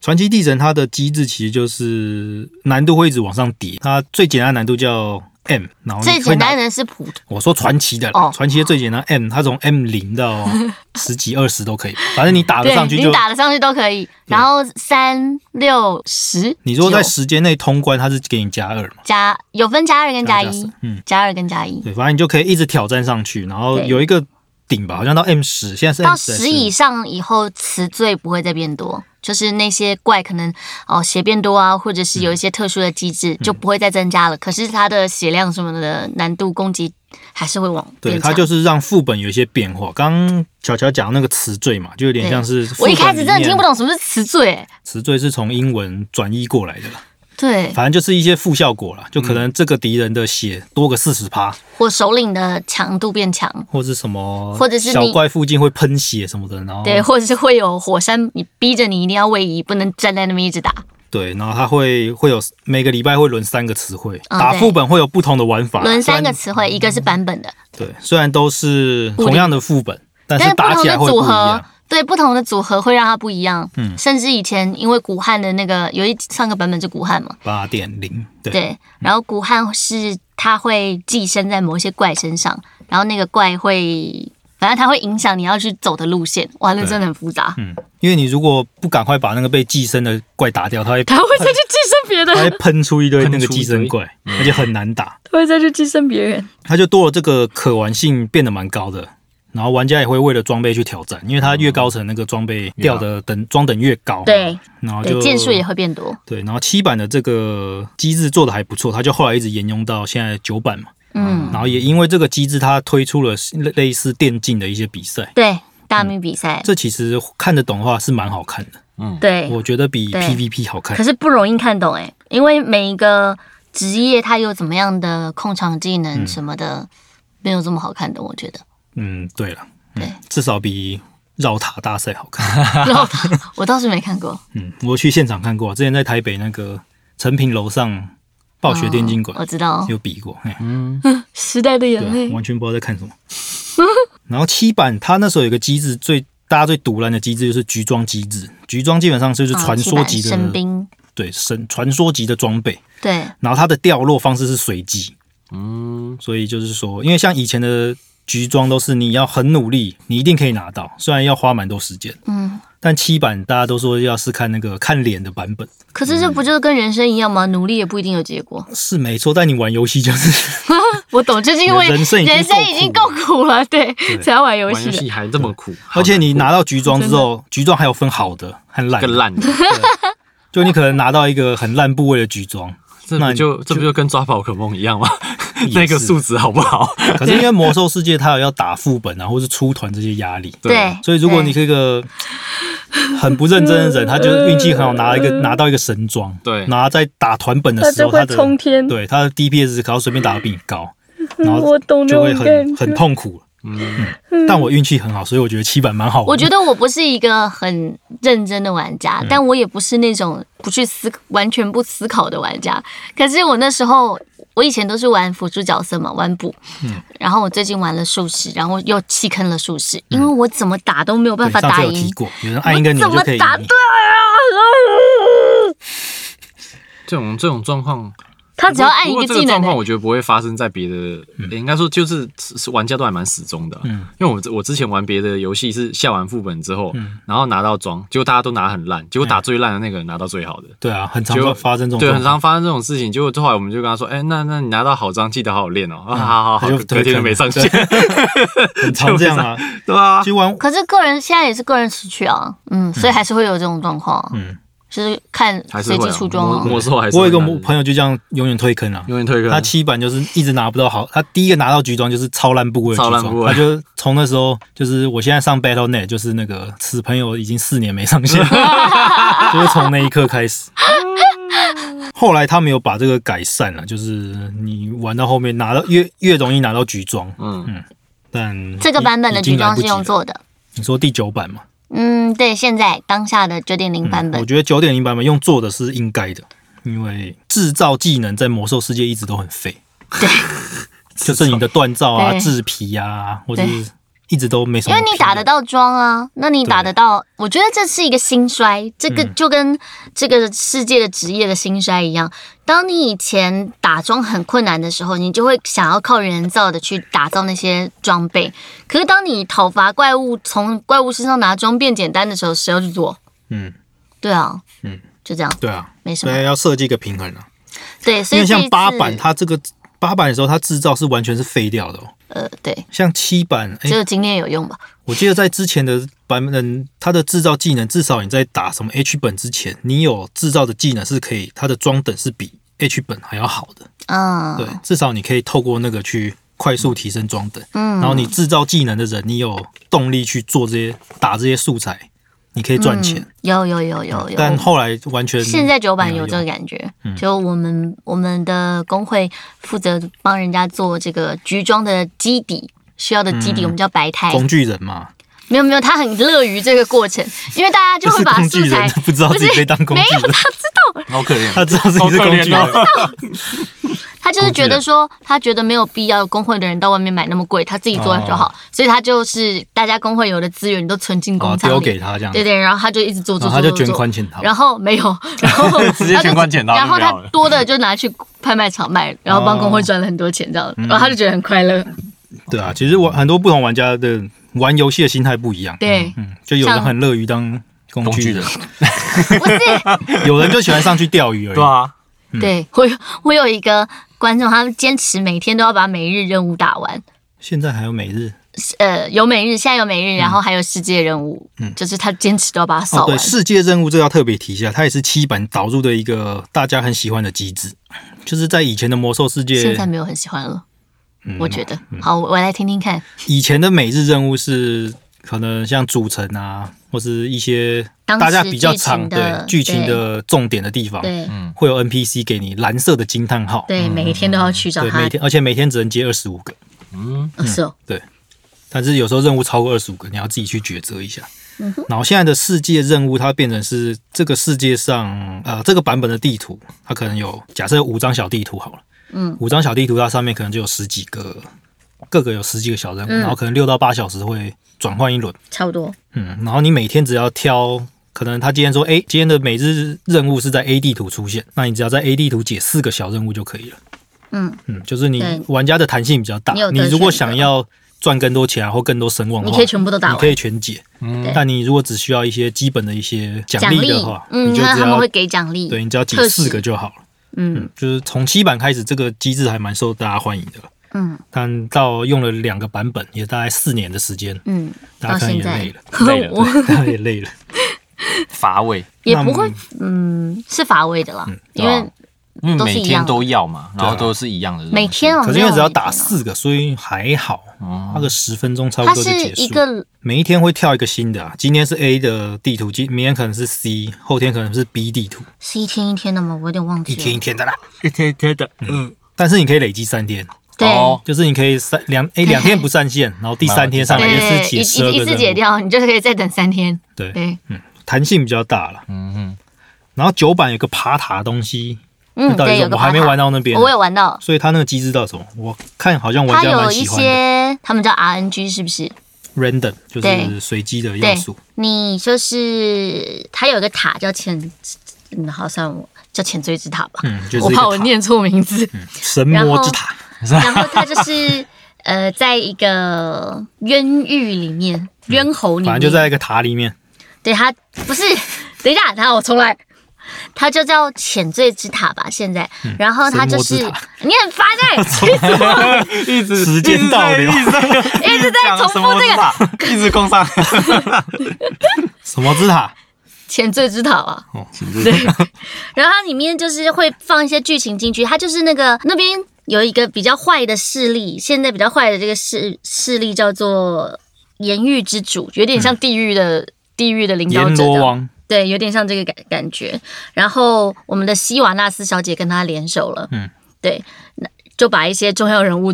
[SPEAKER 2] 传奇地城它的机制其实就是难度会一直往上叠，它最简单的难度叫 M，然哦后你
[SPEAKER 1] 最
[SPEAKER 2] 会
[SPEAKER 1] 简
[SPEAKER 2] 拿
[SPEAKER 1] 单的是普
[SPEAKER 2] 我说传奇的啦
[SPEAKER 1] 哦，
[SPEAKER 2] 传、奇的最简单 M，它从 M 零到 十几二十都可以，反正你打得
[SPEAKER 1] 对，
[SPEAKER 2] 上去就
[SPEAKER 1] 你。打得上去都可以。然后三六十，
[SPEAKER 2] 你如果在
[SPEAKER 1] 九
[SPEAKER 2] 时间内通关，它是给你加二嘛？
[SPEAKER 1] 加有分加二跟加
[SPEAKER 2] 加
[SPEAKER 1] 一
[SPEAKER 2] 三，嗯，
[SPEAKER 1] 加二跟加一
[SPEAKER 2] 对，反正你就可以一直挑战上去，然后
[SPEAKER 1] 对
[SPEAKER 2] 有一个顶吧，好像到 M 十，现在是
[SPEAKER 1] 到
[SPEAKER 2] M 十
[SPEAKER 1] 十以上以后，词缀不会再变多。就是那些怪可能哦血变多啊，或者
[SPEAKER 2] 嗯
[SPEAKER 1] 是有一些特殊的机制、就不会再增加了。可是它的血量什么的难度攻击还是会往
[SPEAKER 2] 对，
[SPEAKER 1] 变
[SPEAKER 2] 它
[SPEAKER 1] 强
[SPEAKER 2] 就是让副本有一些变化。刚刚巧巧讲那个词缀嘛，就有点
[SPEAKER 1] 对
[SPEAKER 2] 像是副
[SPEAKER 1] 我
[SPEAKER 2] 本
[SPEAKER 1] 一开始真的
[SPEAKER 2] 里面
[SPEAKER 1] 听不懂什么是词缀、欸
[SPEAKER 2] 词缀是从英文转译过来的啦，
[SPEAKER 1] 对，
[SPEAKER 2] 反正就是一些副效果啦，就可能这个敌人的血多个四十趴，
[SPEAKER 1] 或首领的强度变强，
[SPEAKER 2] 或是什么，
[SPEAKER 1] 或者是你
[SPEAKER 2] 小怪附近会喷血什么的，然后
[SPEAKER 1] 对，或者是会有火山，你逼着你一定要位移，不能站在那边一直打。
[SPEAKER 2] 对然后它会会有每个礼拜会轮三个词汇，
[SPEAKER 1] 嗯
[SPEAKER 2] 打
[SPEAKER 1] 对
[SPEAKER 2] 副本会有哦不嗯同的玩法，
[SPEAKER 1] 轮三个
[SPEAKER 2] 虽
[SPEAKER 1] 词汇，一个是版本的，
[SPEAKER 2] 然对，虽然都是同样的副本，但
[SPEAKER 1] 但
[SPEAKER 2] 是
[SPEAKER 1] 是不
[SPEAKER 2] 打
[SPEAKER 1] 同
[SPEAKER 2] 起来
[SPEAKER 1] 的
[SPEAKER 2] 会不
[SPEAKER 1] 组
[SPEAKER 2] 一
[SPEAKER 1] 合
[SPEAKER 2] 样。，
[SPEAKER 1] 对不同的组合会让它不一样。
[SPEAKER 2] 嗯
[SPEAKER 1] 甚至以前因为古汉的那个有一上个版本是古汉嘛，
[SPEAKER 2] 八点零，对，
[SPEAKER 1] 对，然后古汉是它会寄生在某些怪身上，然后那个怪会，反正它会影响你要去走的路线。哇，那
[SPEAKER 2] 对
[SPEAKER 1] 真的很复杂，
[SPEAKER 2] 嗯，因为你如果不赶快把那个被寄生的怪打掉，它会
[SPEAKER 1] 它会再去寄生别
[SPEAKER 2] 它会
[SPEAKER 1] 的，
[SPEAKER 2] 喷出一堆那个
[SPEAKER 3] 喷出一
[SPEAKER 2] 寄生
[SPEAKER 3] 堆
[SPEAKER 2] 怪，
[SPEAKER 1] 嗯
[SPEAKER 2] 而且很难打。
[SPEAKER 1] 它会再去寄生别人。
[SPEAKER 2] 它就多了这个可玩性变得蛮高的。然后玩家也会为了装备去挑战，因为它越高层那个装备掉的等装等越高，，
[SPEAKER 1] 对
[SPEAKER 2] 然后就
[SPEAKER 1] 对，剑术也会变多。
[SPEAKER 2] 对，然后七版的这个机制做的还不错，它就后来一直沿用到现在九版嘛，
[SPEAKER 1] 嗯，
[SPEAKER 2] 然后也因为这个机制，它推出了类类似电竞的一些比赛，
[SPEAKER 1] 对，大米比赛，
[SPEAKER 2] 这其实看得懂的话是蛮好看的，
[SPEAKER 1] 对，
[SPEAKER 2] 嗯我觉得比
[SPEAKER 1] 对
[SPEAKER 2] PVP 好看
[SPEAKER 1] 可，是不容易看懂哎、因为每一个职业它有怎么样的控场技能什么的，没有这么好看懂。我觉得。
[SPEAKER 2] 嗯，对了，
[SPEAKER 1] 对
[SPEAKER 2] 嗯，至少比绕塔大赛好看，
[SPEAKER 1] 然后它 我倒是没看过
[SPEAKER 2] 嗯，我去现场看过，之前在台北那个成品楼上暴雪电竞馆
[SPEAKER 1] 哦，我知嗯道
[SPEAKER 2] 有比过，嘿
[SPEAKER 1] 时代的眼
[SPEAKER 2] 对
[SPEAKER 1] 泪
[SPEAKER 2] 啊，。完全不知道在看什 么。然后七版它那时候有个机制最。大家最独蓝的机制就是局装机制，局装基本上就是
[SPEAKER 1] 啊
[SPEAKER 2] 传
[SPEAKER 1] 七
[SPEAKER 2] 说
[SPEAKER 1] 版
[SPEAKER 2] 级的，
[SPEAKER 1] 神兵，
[SPEAKER 2] 对，神传说级的装备，
[SPEAKER 1] 对
[SPEAKER 2] 然后它的掉落方式是随机，
[SPEAKER 3] 嗯，
[SPEAKER 2] 所以就是说，因为像以前的局装都是你要很努力，你一定可以拿到，虽然要花蛮多时间，
[SPEAKER 1] 嗯。
[SPEAKER 2] 但七版大家都说要是看那个看脸的版本
[SPEAKER 1] 可是这不就是跟人生一样吗？努力也不一定有结果。
[SPEAKER 2] 是没错，但你玩游戏就是
[SPEAKER 1] 我懂，就是因为
[SPEAKER 2] 人生已经
[SPEAKER 1] 人生已经够
[SPEAKER 2] 够
[SPEAKER 1] 苦了，对，才要玩游
[SPEAKER 3] 玩
[SPEAKER 1] 戏
[SPEAKER 3] 游
[SPEAKER 1] 的。
[SPEAKER 3] 戏还这么苦，
[SPEAKER 2] 而且你拿到局装之后，局装还有分好的和烂
[SPEAKER 3] 更
[SPEAKER 2] 的，
[SPEAKER 3] 烂的，
[SPEAKER 2] 就你可能拿到一个很烂部位的局装，
[SPEAKER 3] 这
[SPEAKER 2] 那
[SPEAKER 3] 不
[SPEAKER 2] 你
[SPEAKER 3] 就这不就跟抓宝可梦一样吗？
[SPEAKER 2] 也是
[SPEAKER 3] 那个数值好不好？
[SPEAKER 2] 可是因为魔兽世界它有要打副本啊，或是出团这些压力，
[SPEAKER 3] 啊
[SPEAKER 1] 对，
[SPEAKER 2] 所以如果
[SPEAKER 1] 对
[SPEAKER 2] 你是一个很不认真的人，他就是运气很好，拿一个拿到一个神装，
[SPEAKER 3] 对
[SPEAKER 2] 然后在打团本的时候，他的
[SPEAKER 1] 天嗯
[SPEAKER 2] 对他的 DPS 可能随便打都比你高，然后
[SPEAKER 1] 我懂这
[SPEAKER 2] 就
[SPEAKER 1] 种
[SPEAKER 2] 会
[SPEAKER 1] 感
[SPEAKER 2] 很
[SPEAKER 1] 觉
[SPEAKER 2] 很痛苦。嗯，但我运气很好，所以我觉得七版蛮好玩的。
[SPEAKER 1] 我觉得我不是一个很认真的玩
[SPEAKER 2] 嗯
[SPEAKER 1] 家，但我也不是那种不去思完全不思考的玩家。可是我那时候，我以前都是玩辅助角色嘛，玩补。
[SPEAKER 2] 嗯
[SPEAKER 1] 然后我最近玩了术士，然后又弃坑了术士，因为我怎么打都没有办
[SPEAKER 2] 嗯对
[SPEAKER 1] 法
[SPEAKER 2] 上
[SPEAKER 1] 打
[SPEAKER 2] 次有
[SPEAKER 1] 赢
[SPEAKER 2] 提。过，有人按一个钮
[SPEAKER 1] 怎
[SPEAKER 2] 就
[SPEAKER 1] 么
[SPEAKER 2] 可以赢
[SPEAKER 1] 打
[SPEAKER 2] 你
[SPEAKER 1] 对啊？
[SPEAKER 3] 这种这种状况，
[SPEAKER 1] 他只要按一
[SPEAKER 3] 不过
[SPEAKER 1] 个
[SPEAKER 3] 不过这
[SPEAKER 1] 技能
[SPEAKER 3] 个状况，
[SPEAKER 1] 欸，
[SPEAKER 3] 我觉得不会发生在别的，应该说就是是是玩家都还蛮始终的啊。
[SPEAKER 2] 嗯
[SPEAKER 3] 因为我我之前玩别的游戏是下完副本之后，
[SPEAKER 2] 嗯
[SPEAKER 3] 然后拿到装，结果大家都拿很烂，结果打最烂的那个人拿到最好的。
[SPEAKER 2] 对啊，嗯很常
[SPEAKER 3] 就
[SPEAKER 2] 发生这种
[SPEAKER 3] 对，
[SPEAKER 2] 状
[SPEAKER 3] 很
[SPEAKER 2] 况，
[SPEAKER 3] 常发生这种事情。结果后来我们就跟他说：“哎、那那你拿到好章，记得好好练哦。”啊，好好好，
[SPEAKER 2] 他就
[SPEAKER 3] 隔天就没上线，
[SPEAKER 2] 很常这样啊。
[SPEAKER 3] 对吧、啊
[SPEAKER 2] 其？实玩
[SPEAKER 1] 可是个人现在也是个人失去啊，嗯，所以还是会有这种状况，
[SPEAKER 2] 嗯
[SPEAKER 1] 就是看
[SPEAKER 3] 还是
[SPEAKER 1] 随
[SPEAKER 3] 会
[SPEAKER 1] 机
[SPEAKER 3] 啊
[SPEAKER 1] 出装啊
[SPEAKER 3] 魔魔兽还是
[SPEAKER 2] 我有一
[SPEAKER 3] 会
[SPEAKER 2] 个
[SPEAKER 3] 难
[SPEAKER 2] 朋友就这样永远退坑啊，
[SPEAKER 3] 永远推
[SPEAKER 2] 他
[SPEAKER 3] 坑，
[SPEAKER 2] 七版就是一直拿不到好，他第一个拿到局装就是超烂部位的局
[SPEAKER 3] 超烂部
[SPEAKER 2] 装，
[SPEAKER 3] 位
[SPEAKER 2] 他就从那时候就是我现在上 BattleNet 就是那个此朋友已经四年没上 线，就是从那一刻开始。后来他们有把这个改善了，就是你玩到后面拿到越越容易拿到局装，
[SPEAKER 3] 嗯，
[SPEAKER 2] 但
[SPEAKER 1] 这个版本的
[SPEAKER 2] 已经
[SPEAKER 1] 局
[SPEAKER 2] 来
[SPEAKER 1] 装
[SPEAKER 2] 不
[SPEAKER 1] 是
[SPEAKER 2] 及
[SPEAKER 1] 用
[SPEAKER 2] 了
[SPEAKER 1] 做的，
[SPEAKER 2] 你说第九版嘛？
[SPEAKER 1] 嗯，对，现在当下的九点零版本
[SPEAKER 2] 嗯我，觉得九点零版本用做的是应该的，因为制造技能在魔兽世界一直都很废。 对，就是你的锻造啊、
[SPEAKER 1] 对
[SPEAKER 2] 制皮啊，或者
[SPEAKER 1] 对
[SPEAKER 2] 是一直都没什
[SPEAKER 1] 因
[SPEAKER 2] 么
[SPEAKER 1] 为
[SPEAKER 2] 皮啊。
[SPEAKER 1] 你打得到装啊，那你打得到，我觉得这是一个兴衰，这个就跟这个世界的职业的兴衰一样。当你以前打装很困难的时候，你就会想要靠人造的去打造那些装备。可是当你讨伐怪物，从怪物身上拿装变简单的时候，谁要去做？
[SPEAKER 2] 嗯，
[SPEAKER 1] 对啊，
[SPEAKER 2] 嗯，
[SPEAKER 1] 就这样，
[SPEAKER 2] 对啊，
[SPEAKER 1] 没什
[SPEAKER 2] 所
[SPEAKER 1] 么。
[SPEAKER 2] 以要设计一个平衡啊。
[SPEAKER 1] 对，所
[SPEAKER 2] 因
[SPEAKER 1] 以
[SPEAKER 2] 为
[SPEAKER 1] 这一
[SPEAKER 2] 像
[SPEAKER 1] 次
[SPEAKER 2] 八版，，它这个八版的时候，它制造是完全是废掉的、哦。
[SPEAKER 1] 呃，对，
[SPEAKER 2] 像七版，哎、
[SPEAKER 1] 只有经验有用吧。
[SPEAKER 2] 我记得在之前的版本，它的制造技能至少你在打什么 H 本之前，你有制造的技能是可以，它的装等是比 H 本还要好的。
[SPEAKER 1] 嗯，
[SPEAKER 2] 对，至少你可以透过那个去快速提升装等。
[SPEAKER 1] 嗯
[SPEAKER 2] 然后你制造技能的人，你有动力去做这些打这些素材，你可以赚钱。
[SPEAKER 1] 嗯有有有有有。
[SPEAKER 2] 但后来完全
[SPEAKER 1] 现在九版
[SPEAKER 2] 没嗯
[SPEAKER 1] 有这个
[SPEAKER 2] 用
[SPEAKER 1] 感觉，就我们我们的工会负责帮人家做这个局装的基底。需要的基底，我们叫白胎。
[SPEAKER 2] 嗯工具人嘛，
[SPEAKER 1] 没有没有，他很乐于这个过 程，因为大家就
[SPEAKER 2] 不
[SPEAKER 1] 会
[SPEAKER 2] 是
[SPEAKER 1] 把
[SPEAKER 2] 工
[SPEAKER 1] 素
[SPEAKER 2] 具
[SPEAKER 1] 材
[SPEAKER 2] 人， 不知道自己被当工
[SPEAKER 1] 没
[SPEAKER 2] 具
[SPEAKER 1] 有
[SPEAKER 2] 人，
[SPEAKER 1] 他知道，
[SPEAKER 3] 好可怜。
[SPEAKER 2] 他知道自
[SPEAKER 1] 哦
[SPEAKER 2] 己是工具
[SPEAKER 3] 好
[SPEAKER 2] 人
[SPEAKER 3] 可。啊
[SPEAKER 1] 他就是觉得说，他觉得没有必要工会的人到外面买那么贵，他自己
[SPEAKER 2] 哦
[SPEAKER 1] 做就好。所以他就是大家工会有的资源都存进
[SPEAKER 2] 哦
[SPEAKER 1] 工厂
[SPEAKER 2] 丢
[SPEAKER 1] 里，
[SPEAKER 2] 给他这样，
[SPEAKER 1] 对对，然后他就一直做做
[SPEAKER 2] 然
[SPEAKER 1] 做
[SPEAKER 2] 后他
[SPEAKER 1] 做
[SPEAKER 2] 就
[SPEAKER 1] 做，
[SPEAKER 2] 捐款潜逃。
[SPEAKER 1] 然后没 有，然后
[SPEAKER 3] 直接全款潜逃
[SPEAKER 1] 然后
[SPEAKER 3] 就
[SPEAKER 1] 他
[SPEAKER 3] 不要了
[SPEAKER 1] 多的就拿去拍卖场卖，然
[SPEAKER 2] 哦
[SPEAKER 1] 后帮工会赚了很多钱，这样，
[SPEAKER 2] 嗯
[SPEAKER 1] 然后他就觉得很快乐。
[SPEAKER 2] 对啊，其实我很多不同玩家的玩游戏的心态不一样。
[SPEAKER 1] 对，
[SPEAKER 2] 嗯，就有人
[SPEAKER 1] 像
[SPEAKER 2] 很乐于当工具人，
[SPEAKER 1] 不是，
[SPEAKER 2] 有人就喜欢上去 钓鱼而已。
[SPEAKER 3] 对啊，
[SPEAKER 1] 对我有我有一个观众，他坚持每天都要把每日任务打完。
[SPEAKER 2] 现在还有每日
[SPEAKER 1] 呃，有每日，现在有
[SPEAKER 2] 嗯
[SPEAKER 1] 每日，然后还有世界任务，就是他坚持都要把它
[SPEAKER 2] 哦
[SPEAKER 1] 扫，
[SPEAKER 2] 对，
[SPEAKER 1] 完。
[SPEAKER 2] 世界任务这要特别提一下，它也是七版导入的一个大家很喜欢的机制，就是在以前的魔兽世
[SPEAKER 1] 现
[SPEAKER 2] 界，
[SPEAKER 1] 在没有很喜欢了，
[SPEAKER 2] 嗯
[SPEAKER 1] 我觉得。好，我我来听听看，
[SPEAKER 2] 以前的每日任务是可能像组成啊，或是一些
[SPEAKER 1] 当时
[SPEAKER 2] 大家比较
[SPEAKER 1] 剧情
[SPEAKER 2] 长
[SPEAKER 1] 的
[SPEAKER 2] 对剧情的重点的地方，
[SPEAKER 1] 对
[SPEAKER 2] 会有 NPC 给你蓝色的惊叹号，
[SPEAKER 1] 对，每一天都要去找
[SPEAKER 2] 对，
[SPEAKER 1] 他
[SPEAKER 2] 每，天而嗯且每天只能接二十五个。
[SPEAKER 3] 啊
[SPEAKER 1] 呃是哦，
[SPEAKER 2] 但是有时候任务超过二十五个，你要自己去抉择一下。然后现在的世界任务，它变成是这个世界上呃这个版本的地图，它可能有假设有五张小地图好了，
[SPEAKER 1] 嗯，
[SPEAKER 2] 五张小地图它上面可能就有十几个，各个有十几个小任务，然后可能六到八小时会转换一轮，
[SPEAKER 1] 差不多，
[SPEAKER 2] 嗯，然后你每天只要挑，可能他今天说，哎，今天的每日任务是在 A 地图出现，那你只要在 A 地图解四个小任务就可以了。
[SPEAKER 1] 嗯
[SPEAKER 2] 嗯，就是你
[SPEAKER 1] 对
[SPEAKER 2] 玩家的弹性比较大，
[SPEAKER 1] 你有
[SPEAKER 2] 你
[SPEAKER 1] 得
[SPEAKER 2] 如果
[SPEAKER 1] 选择
[SPEAKER 2] 想要赚更多钱啊或更多声望的
[SPEAKER 1] 你
[SPEAKER 2] 话，
[SPEAKER 1] 可以全部都打
[SPEAKER 2] 你可
[SPEAKER 1] 完。
[SPEAKER 2] 以全解。
[SPEAKER 3] 嗯
[SPEAKER 1] 对
[SPEAKER 2] 但你如果只需要一些基本的一些奖励的话，
[SPEAKER 1] 嗯
[SPEAKER 2] 你，就
[SPEAKER 1] 那
[SPEAKER 2] 只
[SPEAKER 1] 他们
[SPEAKER 2] 要
[SPEAKER 1] 会给奖励，
[SPEAKER 2] 对你只要解
[SPEAKER 1] 特
[SPEAKER 2] 四
[SPEAKER 1] 许
[SPEAKER 2] 个就好了。
[SPEAKER 1] 嗯
[SPEAKER 2] 就是从七版开始，这个机制还蛮受大家欢迎的。
[SPEAKER 1] 嗯
[SPEAKER 2] 但到用了两个版本，也大概四年的时间，
[SPEAKER 1] 嗯，
[SPEAKER 2] 大家可能也
[SPEAKER 1] 到现在
[SPEAKER 2] 累了，
[SPEAKER 3] 累了
[SPEAKER 1] 我
[SPEAKER 2] 对大家也累了。
[SPEAKER 3] 乏味，
[SPEAKER 1] 也
[SPEAKER 2] 那
[SPEAKER 1] 不会
[SPEAKER 2] 么，
[SPEAKER 1] 嗯，是乏味的啦，因
[SPEAKER 3] 对啊
[SPEAKER 1] 为
[SPEAKER 3] 因为
[SPEAKER 1] 都是
[SPEAKER 3] 每
[SPEAKER 1] 一样
[SPEAKER 3] 天
[SPEAKER 1] 的
[SPEAKER 3] 都要嘛，
[SPEAKER 2] 啊
[SPEAKER 3] 然后都是一样的东西，
[SPEAKER 1] 每天哦，
[SPEAKER 2] 可是
[SPEAKER 1] 没
[SPEAKER 2] 因
[SPEAKER 1] 有
[SPEAKER 2] 为只要
[SPEAKER 1] 每天
[SPEAKER 2] 打
[SPEAKER 1] 哦，
[SPEAKER 2] 四个，所以还好，那
[SPEAKER 3] 哦，
[SPEAKER 2] 个十分钟差
[SPEAKER 1] 它
[SPEAKER 2] 不多
[SPEAKER 1] 是
[SPEAKER 2] 就结
[SPEAKER 1] 一
[SPEAKER 2] 束。
[SPEAKER 1] 个
[SPEAKER 2] 每一天会跳一个新的啊，今天是 A 的地图，今明天可能是 C，后天可能是 B 地图，
[SPEAKER 1] 是一天一天的吗？我有点忘记
[SPEAKER 2] 一
[SPEAKER 1] 了。
[SPEAKER 2] 天一天的啦。
[SPEAKER 3] 啊一天一天的，嗯，
[SPEAKER 2] 但是你可以累积三天，
[SPEAKER 1] 对
[SPEAKER 3] 哦
[SPEAKER 2] 就是你可以三两哎两天不上 线，然后第三天上来也是
[SPEAKER 1] 对，一
[SPEAKER 2] 解十二
[SPEAKER 1] 哦一
[SPEAKER 2] 个
[SPEAKER 1] 一次解
[SPEAKER 2] 任务，
[SPEAKER 1] 掉，你就可以再等三天。
[SPEAKER 2] 对，
[SPEAKER 1] 对，
[SPEAKER 2] 弹性比较大了。
[SPEAKER 3] 嗯哼，
[SPEAKER 2] 然后九版有个爬塔的东西，
[SPEAKER 1] 嗯，
[SPEAKER 2] 到底
[SPEAKER 1] 对，
[SPEAKER 2] 是
[SPEAKER 1] 有
[SPEAKER 2] 我
[SPEAKER 1] 个
[SPEAKER 2] 还没
[SPEAKER 1] 爬塔
[SPEAKER 2] 玩到那边，啊
[SPEAKER 1] 我有玩到，
[SPEAKER 2] 所以它那个机制到底什么？我看好像玩
[SPEAKER 1] 它
[SPEAKER 2] 家
[SPEAKER 1] 有
[SPEAKER 2] 蛮
[SPEAKER 1] 一
[SPEAKER 2] 喜欢的
[SPEAKER 1] 些他们叫 RNG 是不是？
[SPEAKER 2] ，random 就
[SPEAKER 1] 对
[SPEAKER 2] 是随机的要
[SPEAKER 1] 对
[SPEAKER 2] 素。
[SPEAKER 1] 你就是它有一个塔叫浅，嗯，好算我叫浅锥之塔吧，
[SPEAKER 2] 嗯，就是
[SPEAKER 1] 我
[SPEAKER 2] 一个
[SPEAKER 1] 怕我
[SPEAKER 2] 塔
[SPEAKER 1] 念错名字。
[SPEAKER 2] 神魔之塔，
[SPEAKER 1] 然后它就是呃，在一个冤狱里面，冤侯里面，
[SPEAKER 2] 反正就在一个塔里面。
[SPEAKER 1] 对它不是， 等一下，等一下我重来。它就叫浅醉之塔吧，现在，然后它就是
[SPEAKER 2] 嗯神魔之
[SPEAKER 1] 你很烦哎、
[SPEAKER 3] 一直
[SPEAKER 2] 时间倒流
[SPEAKER 3] 一直 在
[SPEAKER 1] 一直在重复这个
[SPEAKER 3] 个， 一直攻上，
[SPEAKER 2] 什么之塔？哦
[SPEAKER 1] 浅醉之塔啊。然后它里面就是会放一些剧情进去，它就是那个那边有一个比较坏的势力，现在比较坏的这个势势力叫做盐狱之主，有点像
[SPEAKER 2] 嗯
[SPEAKER 1] 地狱的、地狱的领导
[SPEAKER 2] 阎
[SPEAKER 1] 者这样。
[SPEAKER 2] 罗王，
[SPEAKER 1] 对，有点像这个感感觉。然后我们的希瓦纳斯小姐跟她联手了，
[SPEAKER 2] 嗯，
[SPEAKER 1] 对，那就把一些重要人物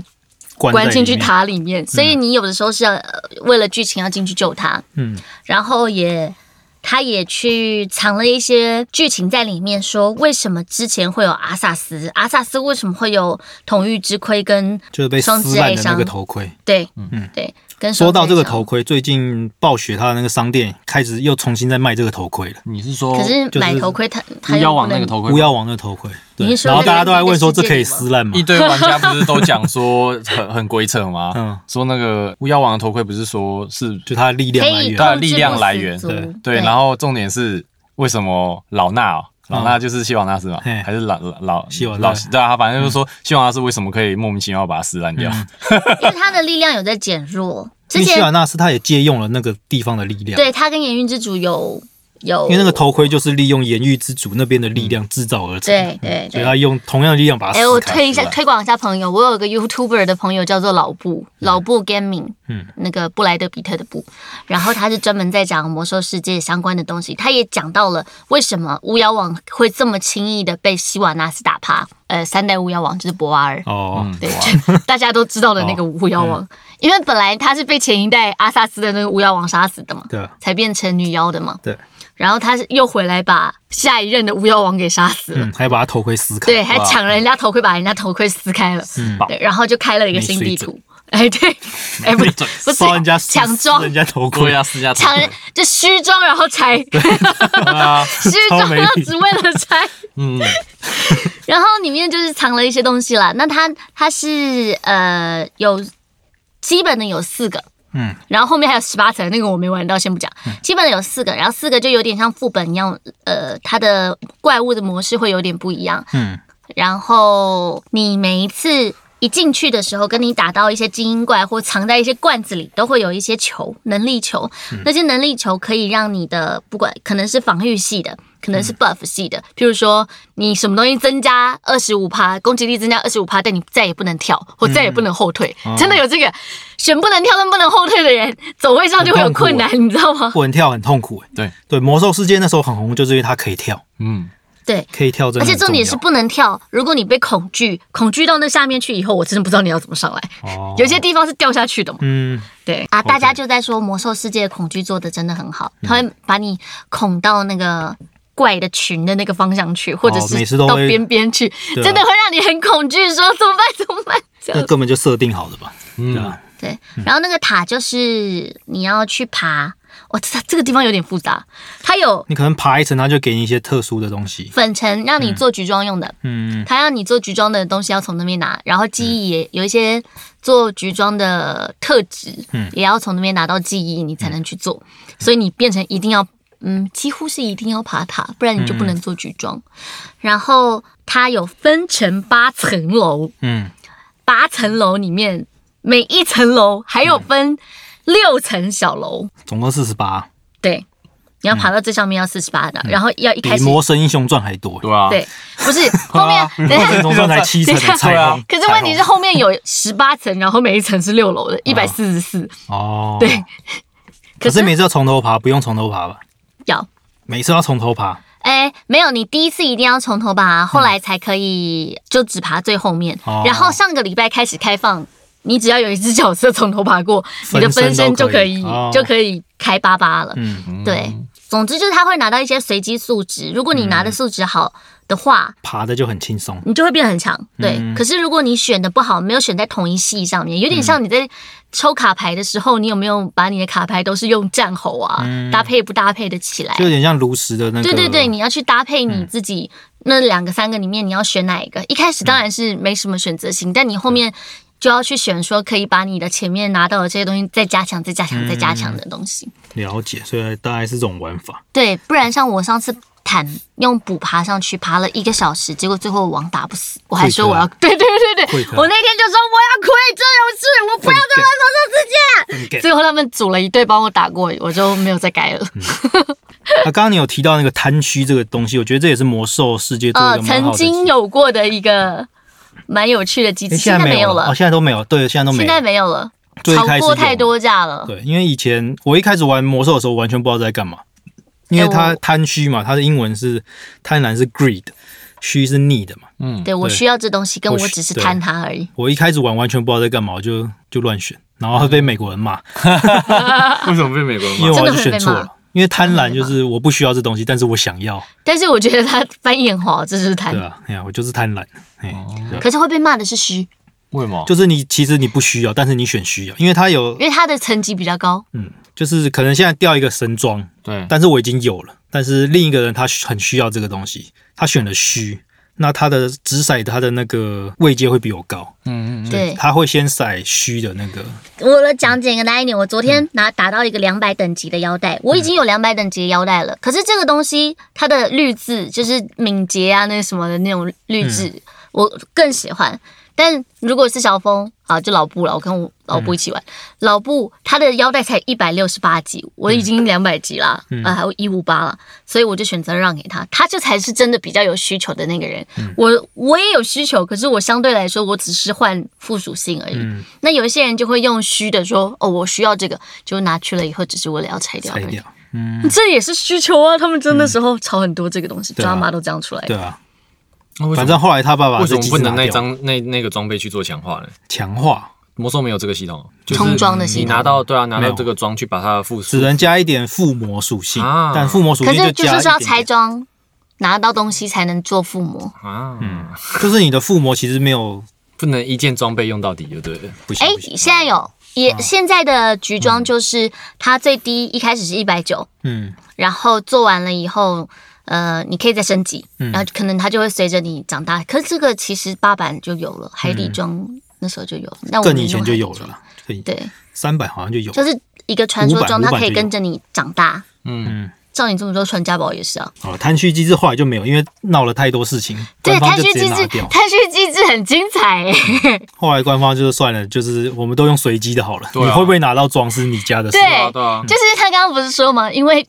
[SPEAKER 2] 关
[SPEAKER 1] 关
[SPEAKER 2] 在
[SPEAKER 1] 进
[SPEAKER 2] 里
[SPEAKER 1] 去
[SPEAKER 2] 面，
[SPEAKER 1] 塔里面，所以你有的时候是要、呃为了剧情要进去救他，
[SPEAKER 2] 嗯，
[SPEAKER 1] 然后也他也去藏了一些剧情在里面，说为什么之前会有阿萨斯，阿萨斯为什么会有统御之盔跟
[SPEAKER 2] 就是被
[SPEAKER 1] 双
[SPEAKER 2] 撕
[SPEAKER 1] 子
[SPEAKER 2] 烂
[SPEAKER 1] 哀
[SPEAKER 2] 的那
[SPEAKER 1] 伤
[SPEAKER 2] 个头盔。
[SPEAKER 1] 对，
[SPEAKER 2] 嗯
[SPEAKER 1] 对，跟
[SPEAKER 2] 说到这个头
[SPEAKER 1] 双子
[SPEAKER 2] 盔，最近暴雪它的那个商店开始又重新在卖这个头盔了，
[SPEAKER 3] 你是说
[SPEAKER 1] 哀伤，可是买头盔他他
[SPEAKER 3] 巫
[SPEAKER 1] 又
[SPEAKER 3] 妖
[SPEAKER 1] 不
[SPEAKER 3] 王那
[SPEAKER 1] 能
[SPEAKER 3] 个头盔
[SPEAKER 2] 巫？妖王的头盔。对
[SPEAKER 1] 你是，说
[SPEAKER 2] 然后大家
[SPEAKER 1] 那个
[SPEAKER 2] 都在问说
[SPEAKER 1] 那个世
[SPEAKER 2] 这
[SPEAKER 1] 界
[SPEAKER 2] 可以
[SPEAKER 1] 里吗
[SPEAKER 2] 撕烂吗
[SPEAKER 3] 一？堆玩家不是都讲说很很鬼扯吗？
[SPEAKER 2] 嗯
[SPEAKER 3] 说那个巫妖王的头盔不是说是
[SPEAKER 2] 就它的力量
[SPEAKER 1] 可
[SPEAKER 2] 来
[SPEAKER 1] 以
[SPEAKER 2] 源。
[SPEAKER 3] 它的
[SPEAKER 1] 控
[SPEAKER 3] 力
[SPEAKER 1] 制
[SPEAKER 3] 量
[SPEAKER 1] 不
[SPEAKER 3] 来
[SPEAKER 1] 死
[SPEAKER 3] 源
[SPEAKER 1] 族
[SPEAKER 2] 对
[SPEAKER 3] 对，然后重点是为什么老衲、哦？老衲就是希瓦纳斯嘛，
[SPEAKER 2] 嗯嘿
[SPEAKER 3] 还是老老老
[SPEAKER 2] 希嗯瓦纳
[SPEAKER 3] 老对啊，反正就是说希瓦纳斯为什么可以莫名其妙把它撕烂掉？
[SPEAKER 1] 因为他的力量有在减 弱，
[SPEAKER 2] 因
[SPEAKER 1] 之
[SPEAKER 2] 为希尔
[SPEAKER 1] 前
[SPEAKER 2] 纳斯他也借用了那个地方的力量，
[SPEAKER 1] 对他跟炎云之主有有
[SPEAKER 2] 因为那个头盔就是利用言域之主那边的力量制造而成
[SPEAKER 1] 对
[SPEAKER 2] 的，
[SPEAKER 1] 对
[SPEAKER 2] 所
[SPEAKER 1] 对
[SPEAKER 2] 以。他用同样的力量把它
[SPEAKER 1] 哎、
[SPEAKER 2] 撕开
[SPEAKER 1] 我推一下
[SPEAKER 2] 出来
[SPEAKER 1] 推广一下朋友，我有个 YouTuber 的朋友叫做老布，老布 Gaming，
[SPEAKER 2] 嗯
[SPEAKER 1] 嗯，那个布莱德比特的布，然后他是专门在讲魔兽世界相关的东西，他也讲到了为什么巫妖王会这么轻易的被希瓦纳斯打趴，呃，三代巫妖王就是博瓦尔。
[SPEAKER 2] 哦，
[SPEAKER 3] 嗯，
[SPEAKER 1] 对，就 大家都知道的那个巫妖
[SPEAKER 2] 嗯
[SPEAKER 1] 王，因为本来他是被前一代阿萨斯的那个巫妖王杀死的嘛，
[SPEAKER 2] 对啊，
[SPEAKER 1] 才变成女妖的嘛。
[SPEAKER 2] 对，
[SPEAKER 1] 然后他是又回来把下一任的巫妖王给杀死了。
[SPEAKER 2] 嗯，还把他头盔撕开，
[SPEAKER 1] 对，还 抢人家头盔，把人家头盔撕开了，
[SPEAKER 2] 嗯
[SPEAKER 3] 爆
[SPEAKER 1] 对，然后就开了一个新地图。哎，对，哎，不，不是
[SPEAKER 2] 烧人家撕
[SPEAKER 1] 抢装
[SPEAKER 2] 撕人家头
[SPEAKER 3] 对
[SPEAKER 2] 盔，
[SPEAKER 3] 啊，撕下头
[SPEAKER 1] 抢人就虚装，然后拆， 虚
[SPEAKER 2] 啊超
[SPEAKER 1] 装，
[SPEAKER 2] 没
[SPEAKER 1] 然后
[SPEAKER 2] 礼
[SPEAKER 1] 只为了拆。
[SPEAKER 3] 嗯，
[SPEAKER 1] 然后里面就是藏了一些东西啦。那它它是呃有基本的有四个，
[SPEAKER 2] 嗯，
[SPEAKER 1] 然后后面还有十八层，那个我没玩到，先不讲。基本的有四个，然后四个就有点像副本一样，呃，它的怪物的模式会有点不一样。
[SPEAKER 2] 嗯，
[SPEAKER 1] 然后你每一次。一进去的时候，跟你打到一些精英怪或藏在一些罐子里，都会有一些球，能力球。
[SPEAKER 2] 嗯
[SPEAKER 1] 那些能力球可以让你的不管可能是防御系的，可能是
[SPEAKER 2] 嗯
[SPEAKER 1] buff 系的，譬如说你什么东西增加二十五趴，攻击力增加二十五趴，但你再也不能跳或再也
[SPEAKER 2] 嗯
[SPEAKER 1] 不能后退，
[SPEAKER 2] 哦
[SPEAKER 1] 真的有这个选不能跳但不能后退的人，走位上就会有困难，你知道吗？
[SPEAKER 2] 不能跳很痛苦。哎
[SPEAKER 3] 嗯对，
[SPEAKER 2] 对，魔兽世界那时候很红，就是因为它可以跳，
[SPEAKER 3] 嗯，
[SPEAKER 1] 对。
[SPEAKER 2] 可以跳真
[SPEAKER 1] 而
[SPEAKER 2] 的
[SPEAKER 1] 且
[SPEAKER 2] 很重要，
[SPEAKER 1] 重点是不能跳，如果你被恐惧恐惧到那下面去以后，我真的不知道你要怎么上来。
[SPEAKER 2] 哦
[SPEAKER 1] 有些地方是掉下去的嘛。
[SPEAKER 2] 嗯，
[SPEAKER 1] 对啊，大家就在说魔兽世界的恐惧做的真的很好，他会把你恐到那个怪的群的那个方向去，或者
[SPEAKER 2] 哦每
[SPEAKER 1] 是
[SPEAKER 2] 次都
[SPEAKER 1] 到
[SPEAKER 2] 会
[SPEAKER 1] 边边去，
[SPEAKER 2] 对啊
[SPEAKER 1] 真的会让你很恐惧，说怎么办？怎么办？这
[SPEAKER 2] 那
[SPEAKER 1] 样
[SPEAKER 2] 根本就设定好的吧？
[SPEAKER 3] 嗯
[SPEAKER 2] 对吧？
[SPEAKER 1] 对。
[SPEAKER 2] 嗯
[SPEAKER 1] 然后那个塔就是你要去爬，哇，这这个地方有点复杂，它有
[SPEAKER 2] 你可能爬一层，它就给你一些特殊的东西，
[SPEAKER 1] 粉尘让你做局装用的，
[SPEAKER 2] 嗯，
[SPEAKER 1] 他让你做局装的东西要从那边拿，然后记忆也有一些做局装的特质，
[SPEAKER 2] 嗯
[SPEAKER 1] 也要从那边拿到记忆，你才能去做。所以你变成一定要，嗯，几乎是一定要爬塔，不然你就不能做局装。
[SPEAKER 2] 嗯
[SPEAKER 1] 然后它有分成八层楼，
[SPEAKER 2] 嗯，
[SPEAKER 1] 八层楼里面每一层楼还有分六层小楼，
[SPEAKER 2] 总共四十八，
[SPEAKER 1] 对，你要爬到最上面要四十八的，然后要一
[SPEAKER 2] 嗯比
[SPEAKER 1] 开
[SPEAKER 2] 《
[SPEAKER 1] 始
[SPEAKER 2] 魔神英雄传》还多。欸
[SPEAKER 3] 对啊，
[SPEAKER 1] 对，不是后 面等一
[SPEAKER 2] 魔
[SPEAKER 1] 下
[SPEAKER 2] 神。英雄传才七
[SPEAKER 1] 啊
[SPEAKER 2] 层的彩虹，
[SPEAKER 1] 可是问题是后面有十八层，然后每一层是六楼的，一百四十四。
[SPEAKER 2] 哦，
[SPEAKER 1] 对，
[SPEAKER 2] 可
[SPEAKER 1] 可
[SPEAKER 2] 是
[SPEAKER 1] 是
[SPEAKER 2] 每次要从头爬，不用从头爬吧？
[SPEAKER 1] 要，
[SPEAKER 2] 每次要从头爬，
[SPEAKER 1] 哎，没有，你第一次一定要从头爬，后来才可以就只爬最后面。
[SPEAKER 2] 哦
[SPEAKER 1] 然后上个礼拜开始开放，你只要有一只角色从头爬过，你的分身就可以
[SPEAKER 2] 分身都可以哦
[SPEAKER 1] 就可以开八八了。
[SPEAKER 2] 嗯，
[SPEAKER 3] 嗯
[SPEAKER 1] 对，总之就是他会拿到一些随机数值，如果你拿的数值好的话，
[SPEAKER 2] 爬的就很轻松。
[SPEAKER 1] 你就会变得很强。对，
[SPEAKER 2] 嗯
[SPEAKER 1] 可是如果你选的不好，没有选在同一系上面，有点像你在抽卡牌的时候，你有没有把你的卡牌都是用战吼啊、搭配不搭配的起来？
[SPEAKER 2] 嗯就有点嗯像炉石的那个，
[SPEAKER 1] 对对对，你要去搭配你自己那两个三个里面，你要选哪一个？一开始当然是没什么选择性，但你后面就要去选，说可以把你的前面拿到的这些东西再加强、再加强、再加
[SPEAKER 2] 嗯
[SPEAKER 1] 强的东西。
[SPEAKER 2] 了解，所以大概是这种玩法。
[SPEAKER 1] 对，不然像我上次坦用补爬上去，爬了一个小时，结果最后网打不死，我还说我要，对对对对
[SPEAKER 2] 会，的
[SPEAKER 1] 我那天就说我要 quit 这种事，我不要再玩魔兽世界。最后他们组了一队帮我打过，我就没有再改
[SPEAKER 2] 嗯
[SPEAKER 1] 了。
[SPEAKER 2] 那啊刚刚你有提到那个贪区这个东西，我觉得这也是魔兽世界做一
[SPEAKER 1] 呃，
[SPEAKER 2] 个蛮
[SPEAKER 1] 曾
[SPEAKER 2] 好的。
[SPEAKER 1] 经有过的一个蛮有趣的机制，
[SPEAKER 2] 诶现
[SPEAKER 1] 现
[SPEAKER 2] 在
[SPEAKER 1] 在
[SPEAKER 2] 没
[SPEAKER 1] 没有
[SPEAKER 2] 了，哦，
[SPEAKER 1] 了，
[SPEAKER 2] 现在都没有，对，现在都没
[SPEAKER 1] 现在
[SPEAKER 2] 有。
[SPEAKER 1] 没有了，
[SPEAKER 2] 最
[SPEAKER 1] 吵
[SPEAKER 2] 开始
[SPEAKER 1] 过
[SPEAKER 2] 有
[SPEAKER 1] 太多架了。
[SPEAKER 2] 对，因为以前我一开始玩魔兽的时候，完全不知道在干嘛，因为
[SPEAKER 1] 诶
[SPEAKER 2] 它
[SPEAKER 1] 哎我
[SPEAKER 2] 贪区嘛，它的英文是贪婪是 greed，虚是逆的嘛。
[SPEAKER 3] 嗯，
[SPEAKER 1] 对我
[SPEAKER 2] 对
[SPEAKER 1] 需要这东西，跟
[SPEAKER 2] 我
[SPEAKER 1] 我
[SPEAKER 2] 需
[SPEAKER 1] 只是
[SPEAKER 2] 对
[SPEAKER 1] 贪它而已。
[SPEAKER 2] 我一开始玩完全不知道在干嘛，我就就乱选，然后被美国人骂，
[SPEAKER 3] 为什么被美国人
[SPEAKER 2] 因为我
[SPEAKER 3] 骂？
[SPEAKER 1] 真的
[SPEAKER 2] 还是
[SPEAKER 1] 会被
[SPEAKER 2] 选错
[SPEAKER 1] 骂
[SPEAKER 2] 了。因为贪婪就是我不需要这东西，但是我想要，
[SPEAKER 1] 但是我觉得它翻译很好，这就是贪
[SPEAKER 2] 对。啊，哎呀，我就是贪婪，哎，
[SPEAKER 1] 哦
[SPEAKER 2] 对
[SPEAKER 1] 可是会被骂的是虚，
[SPEAKER 3] 为什么？
[SPEAKER 2] 就是你其实你不需要，但是你选需要，因为它有，
[SPEAKER 1] 因为它的层级比较高。
[SPEAKER 2] 嗯，就是可能现在掉一个神装，
[SPEAKER 3] 对，
[SPEAKER 2] 但是我已经有了，但是另一个人他需很需要这个东西，他选了虚，那他的掷骰他的那个位阶会比我高，
[SPEAKER 3] 嗯嗯嗯，
[SPEAKER 1] 对，
[SPEAKER 2] 他会先骰虚的那个，
[SPEAKER 1] 我来讲简单一点，我昨天拿打到一个两百等级的腰带，我已经有两百等级的腰带了。可是这个东西它的绿字就是敏捷啊，那什么的那种绿字，我更喜欢。但如果是小峰啊，就老布了，我跟我老
[SPEAKER 2] 嗯
[SPEAKER 1] 布一起玩。老布他的腰带才一百六十八级，我
[SPEAKER 2] 嗯
[SPEAKER 1] 已经两百级啦，啊，还有一五八了，所以我就选择让给他。他这才是真的比较有需求的那个人。
[SPEAKER 2] 嗯
[SPEAKER 1] 我我也有需求，可是我相对来说，我只是换附属性而已。
[SPEAKER 2] 嗯，
[SPEAKER 1] 那有一些人就会用虚的说，哦，我需要这个，就拿去了以后，只是为了要拆掉而
[SPEAKER 2] 拆
[SPEAKER 1] 已。
[SPEAKER 2] 掉，嗯
[SPEAKER 1] 这也是需求啊！他们真的时候炒很多这个东西，
[SPEAKER 2] 对啊
[SPEAKER 1] 抓马都这样出来
[SPEAKER 2] 对。啊，
[SPEAKER 3] 那为什么
[SPEAKER 2] 反正后来他爸爸
[SPEAKER 3] 为什
[SPEAKER 2] 这
[SPEAKER 3] 么
[SPEAKER 2] 机
[SPEAKER 3] 不
[SPEAKER 2] 制
[SPEAKER 3] 能
[SPEAKER 2] 拿
[SPEAKER 3] 那
[SPEAKER 2] 掉，
[SPEAKER 3] 张那那个装备去做强化呢？
[SPEAKER 2] 强化，
[SPEAKER 3] 魔兽没有这个系统，就是
[SPEAKER 1] 冲装的系统
[SPEAKER 3] 你拿到对啊，拿
[SPEAKER 2] 没
[SPEAKER 3] 到
[SPEAKER 2] 有
[SPEAKER 3] 这个装去把它的附
[SPEAKER 2] 只
[SPEAKER 3] 属，
[SPEAKER 2] 能加一点附魔属性，
[SPEAKER 3] 啊
[SPEAKER 2] 但附魔属
[SPEAKER 1] 可
[SPEAKER 2] 性
[SPEAKER 1] 是就
[SPEAKER 2] 加
[SPEAKER 1] 是
[SPEAKER 2] 一
[SPEAKER 1] 说要
[SPEAKER 2] 点
[SPEAKER 1] 拆
[SPEAKER 2] 点，
[SPEAKER 1] 装，拿到东西才能做附魔。
[SPEAKER 3] 啊，
[SPEAKER 2] 就是你的附魔其实没有
[SPEAKER 3] 不能一件装备用到底就对了。
[SPEAKER 2] 不行
[SPEAKER 1] 哎
[SPEAKER 2] 不，嗯行，
[SPEAKER 1] 现在有也现在的局装就是它最低一开始是一百九，
[SPEAKER 2] 嗯
[SPEAKER 1] 然后做完了以后，呃，你可以再升级，
[SPEAKER 2] 嗯
[SPEAKER 1] 然后可能它就会随着你长大。可是这个其实八版就有了，海底装那时候就有了，那我
[SPEAKER 2] 嗯更
[SPEAKER 1] 们
[SPEAKER 2] 以前
[SPEAKER 1] 用
[SPEAKER 2] 就
[SPEAKER 1] 海底
[SPEAKER 2] 有了
[SPEAKER 1] 装
[SPEAKER 2] 啦，更以
[SPEAKER 1] 对，
[SPEAKER 2] 三百好像就有了，
[SPEAKER 1] 就是一个传说
[SPEAKER 2] 500
[SPEAKER 1] 中，它可以
[SPEAKER 2] 500
[SPEAKER 1] 跟着你长大。
[SPEAKER 3] 嗯，
[SPEAKER 1] 照你这么说，传家宝也是啊。
[SPEAKER 2] 好了，哦贪虚机制后来就没有，因为闹了太多事情，
[SPEAKER 1] 对，
[SPEAKER 2] 官方
[SPEAKER 1] 贪
[SPEAKER 2] 就
[SPEAKER 1] 虚
[SPEAKER 2] 直接
[SPEAKER 1] 机
[SPEAKER 2] 拿
[SPEAKER 1] 制
[SPEAKER 2] 掉，。
[SPEAKER 1] 贪虚机制很精彩、欸。
[SPEAKER 2] 后来官方就是算了，就是我们都用随机的好了，
[SPEAKER 3] 对
[SPEAKER 2] 你
[SPEAKER 3] 啊
[SPEAKER 2] 会不会拿到装是你家的事
[SPEAKER 1] 对，
[SPEAKER 3] 啊对啊
[SPEAKER 1] 就是他刚刚不是说吗？因为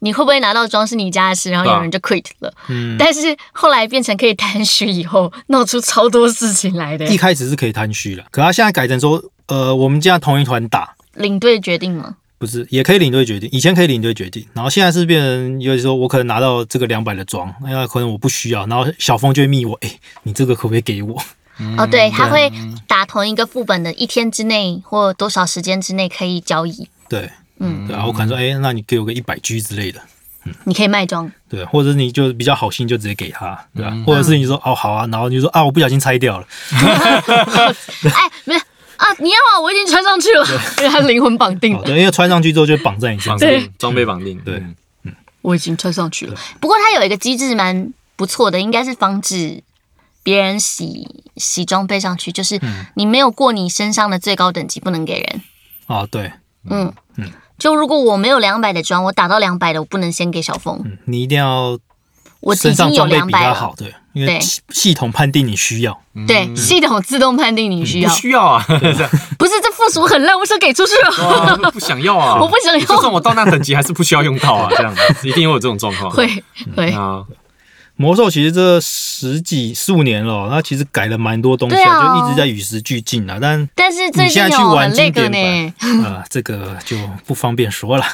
[SPEAKER 1] 你会不会拿到装是你家的事，然后有人就 quit 了。
[SPEAKER 2] 嗯
[SPEAKER 1] 但是后来变成可以贪虚以后，闹出超多事情来 的。
[SPEAKER 2] 一开始是可以贪虚了，可他现在改成说，呃，我们这样同一团打，
[SPEAKER 1] 领队决定吗？
[SPEAKER 2] 不是也可以领队决定，以前可以领队决定，然后现在是变成，有时候我可能拿到这个两百的装，哎呀，可能我不需要，然后小峰就会密我，哎、你这个可不可以给我？
[SPEAKER 1] 哦，对，他会打同一个副本的，一天之内或多少时间之内可以交易，
[SPEAKER 2] 对，
[SPEAKER 1] 嗯
[SPEAKER 2] 对啊，我可能说，哎、那你给我个一百 G 之类的。
[SPEAKER 1] 你可以卖装。
[SPEAKER 2] 对，或者你就比较好心就直接给他，对吧、或者是你说哦好啊，然后你就说啊我不小心拆掉了，
[SPEAKER 1] 哎，没有啊，你要啊，我已经穿上去了，因为他灵魂绑定
[SPEAKER 2] 哦，对，因为穿上去之后就绑在你身
[SPEAKER 3] 绑
[SPEAKER 2] 上，
[SPEAKER 3] 定装备绑定，
[SPEAKER 2] 对
[SPEAKER 3] 嗯
[SPEAKER 1] 我已经穿上去了。不过它有一个机制蛮不错的，应该是防止别人洗洗装备上去，就是
[SPEAKER 2] 嗯
[SPEAKER 1] 你没有过你身上的最高等级不能给人。
[SPEAKER 2] 啊，对，
[SPEAKER 1] 嗯就如果我没有两百的装，我打到两百的，我不能先给小峰，
[SPEAKER 2] 嗯，你一定要
[SPEAKER 1] 我已
[SPEAKER 2] 身上
[SPEAKER 1] 经有
[SPEAKER 2] 装备
[SPEAKER 1] 两
[SPEAKER 2] 比
[SPEAKER 1] 百
[SPEAKER 2] 他
[SPEAKER 1] 了。
[SPEAKER 2] 好，嗯对，因
[SPEAKER 1] 对
[SPEAKER 2] 为系系统判定你需要，
[SPEAKER 1] 对，系统自动判定你需
[SPEAKER 3] 不
[SPEAKER 1] 要，
[SPEAKER 2] 嗯
[SPEAKER 3] 需要啊，
[SPEAKER 1] 不是这附属很烂，我想给出去了，
[SPEAKER 2] 哦
[SPEAKER 3] 哇 不想要啊，
[SPEAKER 1] 我不想
[SPEAKER 3] 就算
[SPEAKER 1] 要。
[SPEAKER 3] 我到那等级还是不需要用到啊，这样一定会有这种状 况。
[SPEAKER 1] 会
[SPEAKER 2] 嗯
[SPEAKER 1] 会，
[SPEAKER 3] 啊，
[SPEAKER 2] 魔兽其实这十几十五年了哦，它其实改了蛮多东西、
[SPEAKER 1] 对啊
[SPEAKER 2] 就一直在与时俱进啊。但
[SPEAKER 1] 但是最
[SPEAKER 2] 你
[SPEAKER 1] 近
[SPEAKER 2] 现在去
[SPEAKER 1] 有
[SPEAKER 2] 玩
[SPEAKER 1] 很那
[SPEAKER 2] 经
[SPEAKER 1] 个
[SPEAKER 2] 典
[SPEAKER 1] 呢
[SPEAKER 2] 版。，呃，这个就不方便说了。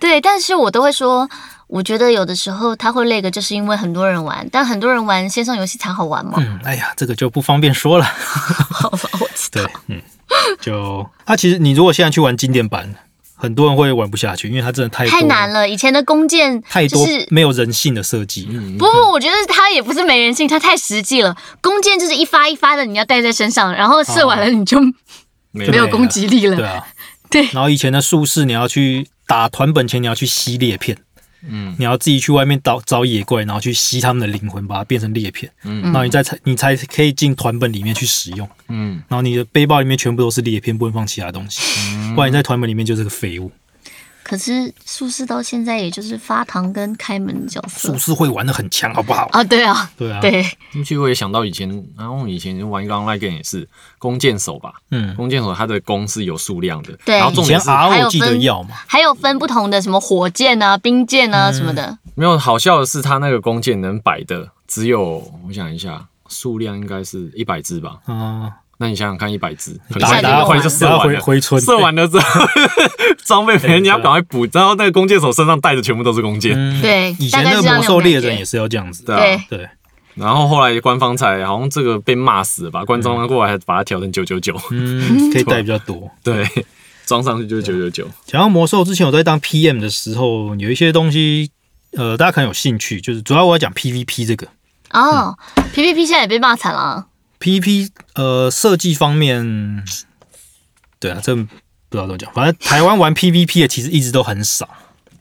[SPEAKER 1] 对，但是我都会说，我觉得有的时候它会累个，就是因为很多人玩，但很多人玩线上游戏才好玩嘛。
[SPEAKER 2] 嗯，哎呀，这个就不方便说了。
[SPEAKER 1] 好吧，我知
[SPEAKER 2] 对，嗯，就它啊其实你如果现在去玩经典版，很多人会玩不下去，因为它真的太
[SPEAKER 1] 太
[SPEAKER 2] 多
[SPEAKER 1] 难了，以前的弓箭
[SPEAKER 2] 太
[SPEAKER 1] 就
[SPEAKER 2] 多
[SPEAKER 1] 是。
[SPEAKER 2] 没有人性的设计。
[SPEAKER 1] 不不，我觉得它也不是没人性，它太实际了。弓箭就是一发一发的，你要带在身上，然后射完了你就
[SPEAKER 3] 没
[SPEAKER 1] 没有
[SPEAKER 2] 对
[SPEAKER 1] 攻击力
[SPEAKER 2] 对
[SPEAKER 1] 了。
[SPEAKER 2] 啊，
[SPEAKER 1] 对
[SPEAKER 2] 然后以前的术士，你要去打团本前，你要去吸裂片，
[SPEAKER 3] 嗯，
[SPEAKER 2] 你要自己去外面找找野怪，然后去吸他们的灵魂，把它变成裂片，
[SPEAKER 3] 嗯
[SPEAKER 2] 然后你再才你才可以进团本里面去使用。
[SPEAKER 3] 嗯，
[SPEAKER 2] 然后你的背包里面全部都是裂片，不能放其他东西，不然你在团本里面就是个废物。
[SPEAKER 1] 可是术士到现在也就是发糖跟开门的角色
[SPEAKER 2] 术士会玩的很强，好不好？
[SPEAKER 1] 啊，对啊，
[SPEAKER 2] 对啊，
[SPEAKER 1] 对，
[SPEAKER 3] 嗯其实我也想到以前，然后以前玩一个 online game 也是弓箭手吧，
[SPEAKER 2] 嗯，
[SPEAKER 3] 弓箭手它的弓是有数量的，
[SPEAKER 1] 对
[SPEAKER 3] 然后
[SPEAKER 2] 以
[SPEAKER 3] 重
[SPEAKER 2] 前
[SPEAKER 3] 点是
[SPEAKER 2] R
[SPEAKER 1] 有
[SPEAKER 2] 我记得
[SPEAKER 1] 分
[SPEAKER 2] 要嘛，
[SPEAKER 1] 还有分不同的什么火箭啊、冰箭啊什么的。
[SPEAKER 3] 没有好笑的是，它那个弓箭能摆的只有我想一下，数量应该是一百支吧。
[SPEAKER 2] 嗯，那
[SPEAKER 3] 那你想想看，一百支，很
[SPEAKER 1] 打
[SPEAKER 3] 快
[SPEAKER 1] 打
[SPEAKER 3] 很快就射
[SPEAKER 2] 打
[SPEAKER 3] 完
[SPEAKER 2] 回
[SPEAKER 3] 了，
[SPEAKER 2] 回村
[SPEAKER 3] 射完了之后 装备没了，你要
[SPEAKER 2] 对
[SPEAKER 3] 赶快补。然后那个弓箭手身上带的全部都是弓箭，
[SPEAKER 2] 嗯
[SPEAKER 1] 对
[SPEAKER 2] 以
[SPEAKER 1] 大
[SPEAKER 2] 前
[SPEAKER 1] 概
[SPEAKER 2] 的
[SPEAKER 1] 是要
[SPEAKER 2] 魔
[SPEAKER 1] 那
[SPEAKER 2] 兽
[SPEAKER 1] 种感
[SPEAKER 2] 猎
[SPEAKER 1] 觉
[SPEAKER 2] 人也是要这样子，
[SPEAKER 3] 对啊
[SPEAKER 1] 对，
[SPEAKER 2] 对，
[SPEAKER 3] 然后后来官方才好像这个被骂死了吧，官方过来还把它调成九九九，
[SPEAKER 2] 嗯，可以带比较多。
[SPEAKER 3] 对，装上去就是九九九。
[SPEAKER 2] 讲到魔兽，之前我在当 PM 的时候，有一些东西，呃，大家可能有兴趣，就是主要我要讲 PVP 这个
[SPEAKER 1] 哦，PPP 现在也被骂惨了啊。
[SPEAKER 2] PVP，呃，设计方面，对啊，这不知道怎么讲，反正台湾玩 PVP 的其实一直都很少，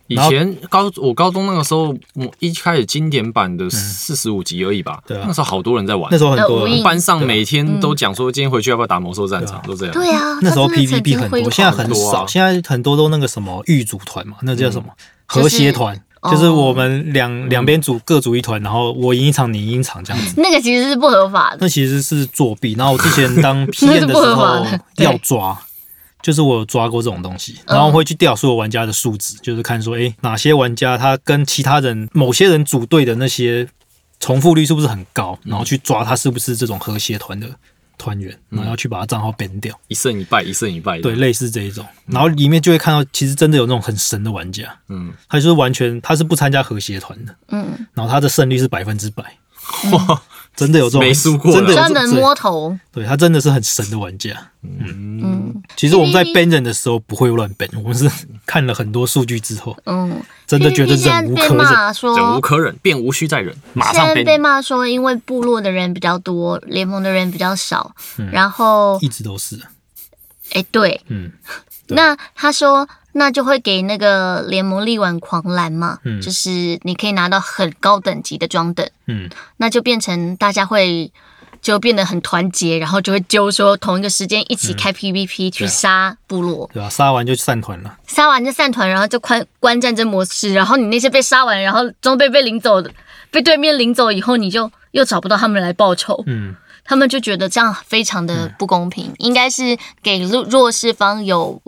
[SPEAKER 3] 以
[SPEAKER 2] 然后
[SPEAKER 3] 前高我高中那个时候，我一开始经典版的四十五集而已吧，
[SPEAKER 2] 嗯对啊
[SPEAKER 3] 那时候好多人在玩
[SPEAKER 2] 那，时候很
[SPEAKER 1] 呃
[SPEAKER 2] 多
[SPEAKER 1] 无印
[SPEAKER 3] 班上每天都讲说今天回去要不要打魔兽战场，都这样。
[SPEAKER 1] 啊嗯对啊，
[SPEAKER 2] 那时候
[SPEAKER 1] 他真的曾
[SPEAKER 2] PVP
[SPEAKER 1] 经
[SPEAKER 2] 很
[SPEAKER 1] 辉
[SPEAKER 2] 多，
[SPEAKER 1] 煌
[SPEAKER 2] 现在很
[SPEAKER 3] 很多啊
[SPEAKER 2] 少，现在很多都那个什么狱组团嘛，那叫什么
[SPEAKER 1] 就是
[SPEAKER 2] 和谐团，
[SPEAKER 1] 哦
[SPEAKER 2] 就是我们两两边组各组一团，然后我赢一场，你赢一场这样子。
[SPEAKER 1] 那个其实是不合法的。
[SPEAKER 2] 那其实是作弊。然后我之前 当 P
[SPEAKER 1] 那是
[SPEAKER 2] 验的
[SPEAKER 1] 不合
[SPEAKER 2] 时
[SPEAKER 1] 法
[SPEAKER 2] 候
[SPEAKER 1] 的对
[SPEAKER 2] 要抓，就是我有抓过这种东西，
[SPEAKER 1] 嗯
[SPEAKER 2] 然后会去调所有玩家的数值，就是看说，诶哪些玩家他跟其他人某些人组队的那些重复率是不是很高，然后去抓他是不是这种和谐团的团员，然后要去把他账号 ban 掉，
[SPEAKER 3] 一胜一败，一胜一败的。
[SPEAKER 2] 对，类似这一种。然后里面就会看到，其实真的有那种很神的玩家，
[SPEAKER 3] 嗯，
[SPEAKER 2] 他就是完全他是不参加和谐团的，
[SPEAKER 1] 嗯，
[SPEAKER 2] 然后他的胜率是百分之百。真的有这种
[SPEAKER 3] 没输过啦
[SPEAKER 2] 真的有
[SPEAKER 1] 专
[SPEAKER 2] 这
[SPEAKER 1] 门
[SPEAKER 2] 对
[SPEAKER 1] 摸头，
[SPEAKER 2] 对他真的是很神的玩家。
[SPEAKER 1] 嗯
[SPEAKER 2] 其实我们在
[SPEAKER 1] PVP
[SPEAKER 2] ban 人的时候不会乱 ban，我们是看了很多数据之后，
[SPEAKER 1] 嗯，
[SPEAKER 2] 真的觉得
[SPEAKER 1] PVP 现在
[SPEAKER 2] 忍无
[SPEAKER 1] 被
[SPEAKER 2] 可忍。
[SPEAKER 1] 骂说
[SPEAKER 3] 忍无可忍，便无需再忍，马
[SPEAKER 1] 现
[SPEAKER 3] 上
[SPEAKER 1] 在被
[SPEAKER 3] 被
[SPEAKER 1] 骂说，因为部落的人比较多，联盟的人比较少，
[SPEAKER 3] 嗯
[SPEAKER 1] 然后
[SPEAKER 2] 一直都是，
[SPEAKER 1] 哎、对，
[SPEAKER 2] 嗯，
[SPEAKER 1] 那他说那就会给那个联盟力挽狂澜嘛，
[SPEAKER 3] 嗯
[SPEAKER 1] 就是你可以拿到很高等级的装等，
[SPEAKER 2] 嗯，
[SPEAKER 1] 那就变成大家会就变得很团结，然后就会揪说同一个时间一
[SPEAKER 3] 嗯
[SPEAKER 1] 起开 PVP
[SPEAKER 3] 啊
[SPEAKER 1] 去杀部落，
[SPEAKER 2] 对吧、杀完就散团了，
[SPEAKER 1] 杀完就散团，然后就关关战争模式，然后你那些被杀完，然后装备被领走的，被对面领走以后，你就又找不到他们来报仇，嗯
[SPEAKER 2] 嗯，
[SPEAKER 1] 他们就觉得这样非常的不公平，应该是给弱弱势方有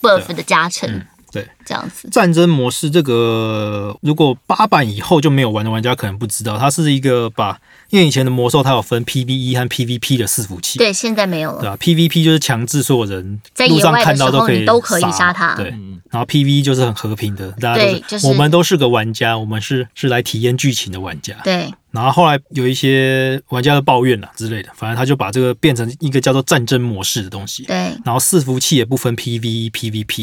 [SPEAKER 1] buff 的加成，
[SPEAKER 2] 对。
[SPEAKER 1] 这样子。
[SPEAKER 2] 战争模式这个，如果八版以后就没有玩的玩家可能不知道，它是一个把，因为以前的魔兽它有分 PVE 和 PVP 的伺服器，
[SPEAKER 1] 对，现在没有了。
[SPEAKER 2] 对啊 p v p 就是强制所有人
[SPEAKER 1] 在
[SPEAKER 2] 路
[SPEAKER 1] 野
[SPEAKER 2] 上
[SPEAKER 1] 外的
[SPEAKER 2] 看
[SPEAKER 1] 时
[SPEAKER 2] 到
[SPEAKER 1] 候，
[SPEAKER 2] 可以
[SPEAKER 1] 你都可以杀他
[SPEAKER 2] 对，然后 PV 就是很和平的，大家都
[SPEAKER 1] 对
[SPEAKER 2] 是、
[SPEAKER 1] 就是
[SPEAKER 2] 我们都是个玩家，我们是是来体验剧情的玩家。
[SPEAKER 1] 对，啊
[SPEAKER 2] 然后后来有一些玩家的抱怨啦啊之类的，反正他就把这个变成一个叫做战争模式的东西。
[SPEAKER 1] 对，
[SPEAKER 2] 然后伺服器也不分 PVE、PVP，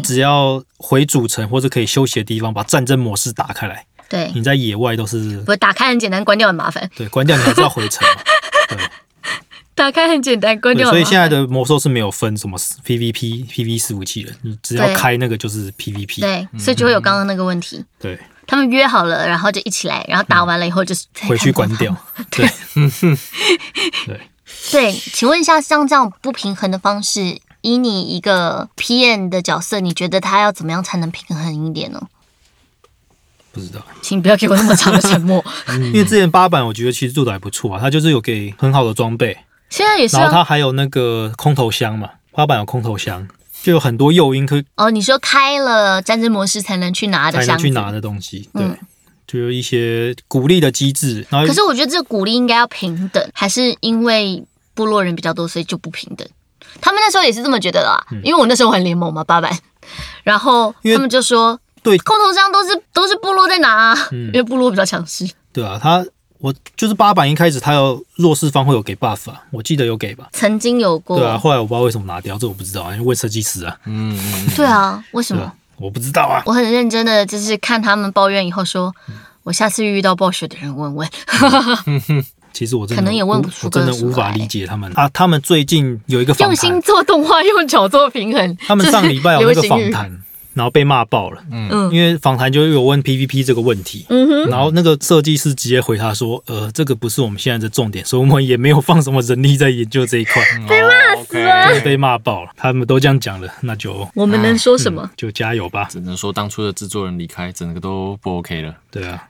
[SPEAKER 1] 对，
[SPEAKER 2] 只要回主城或者可以休息的地方，把战争模式打开来，
[SPEAKER 1] 对，
[SPEAKER 2] 你在野外都是
[SPEAKER 1] 不打开很简单，关掉很麻烦。
[SPEAKER 2] 对关掉，你还是要回城嘛。对，
[SPEAKER 1] 打开很简单，关
[SPEAKER 2] 对，
[SPEAKER 1] 掉很麻
[SPEAKER 2] 所
[SPEAKER 1] 烦。
[SPEAKER 2] 以现在的魔兽是没有分什么 PVP、PV 四武器的，你只要
[SPEAKER 1] 对
[SPEAKER 2] 开那个就是 PVP。
[SPEAKER 1] 对，哎所以就会有刚刚那个问题。
[SPEAKER 2] 对，
[SPEAKER 1] 他们约好了，然后就一起来，然后打完了以后就是再
[SPEAKER 2] 回去
[SPEAKER 1] 看
[SPEAKER 2] 关
[SPEAKER 1] 状况。
[SPEAKER 2] 掉。 对，对，
[SPEAKER 1] 对，请问一下，像这样不平衡的方式，以你一个 PM 的角色，你觉得他要怎么样才能平衡一点呢？
[SPEAKER 2] 不知道，
[SPEAKER 1] 请不要给我那么长的沉 默。
[SPEAKER 2] 因为之前八版我觉得其实做的还不错啊，它就是有给很好的装备，
[SPEAKER 1] 现在也是
[SPEAKER 2] 然后
[SPEAKER 1] 啊
[SPEAKER 2] 它还有那个空投箱嘛，八版有空投箱，就有很多诱因可以
[SPEAKER 1] 哦，你说开了战争模式才能去拿的
[SPEAKER 2] 才
[SPEAKER 1] 箱
[SPEAKER 2] 能
[SPEAKER 1] 子，
[SPEAKER 2] 去拿的东西。对
[SPEAKER 1] 嗯，
[SPEAKER 2] 就有一些鼓励的机制，然后
[SPEAKER 1] 可是我觉得这个鼓励应该要平等，还是因为部落人比较多，所以就不平等。他们那时候也是这么觉得的啦，因为我那时候玩联盟嘛，八百，然后
[SPEAKER 2] 嗯因为
[SPEAKER 1] 他们就说，
[SPEAKER 2] 对嗯
[SPEAKER 1] 空投箱都是都是部落在拿、啊，因为部落比较强势。
[SPEAKER 2] 对啊，它我就是八版一开始它有弱势方会有给 buff 啊，我记得有给吧。
[SPEAKER 1] 曾经有过，
[SPEAKER 2] 对啊，后来我不知道为什么拿掉，这我不知道啊，因为问设计师啊，
[SPEAKER 3] 嗯，嗯
[SPEAKER 1] 对啊为什
[SPEAKER 2] 对
[SPEAKER 1] 么
[SPEAKER 2] 啊？，我不知道啊。
[SPEAKER 1] 我很认真的，就是看他们抱怨以后说，
[SPEAKER 2] 嗯
[SPEAKER 1] 我下次遇到暴雪的人问问。
[SPEAKER 2] 其实我真
[SPEAKER 1] 可
[SPEAKER 2] 的
[SPEAKER 1] 能也问不
[SPEAKER 2] 我
[SPEAKER 1] 出
[SPEAKER 2] 我真的
[SPEAKER 1] 个所
[SPEAKER 2] 无法
[SPEAKER 1] 来
[SPEAKER 2] 理解他们啊。他们最近有一个访
[SPEAKER 1] 用心
[SPEAKER 2] 谈，
[SPEAKER 1] 做动画，用脚做平衡。
[SPEAKER 2] 他们上礼拜有
[SPEAKER 1] 这
[SPEAKER 2] 那
[SPEAKER 1] 是 流
[SPEAKER 2] 个
[SPEAKER 1] 行
[SPEAKER 2] 访
[SPEAKER 1] 语，
[SPEAKER 2] 谈，然后被骂爆了，
[SPEAKER 1] 嗯
[SPEAKER 2] 因为访谈就有问 PVP 这个问题。
[SPEAKER 1] 嗯哼，
[SPEAKER 2] 然后那个设计师直接回他说：“呃，这个不是我们现在的重点，所以我们也没有放什么人力在研究这一块。
[SPEAKER 1] 嗯
[SPEAKER 3] 被骂死
[SPEAKER 2] 对被骂爆了，他们都这样讲了，那就
[SPEAKER 1] 我们能说什么？
[SPEAKER 2] 就加油吧。
[SPEAKER 3] 只能说当初的制作人离开，整个都不 OK 了。
[SPEAKER 2] 对啊，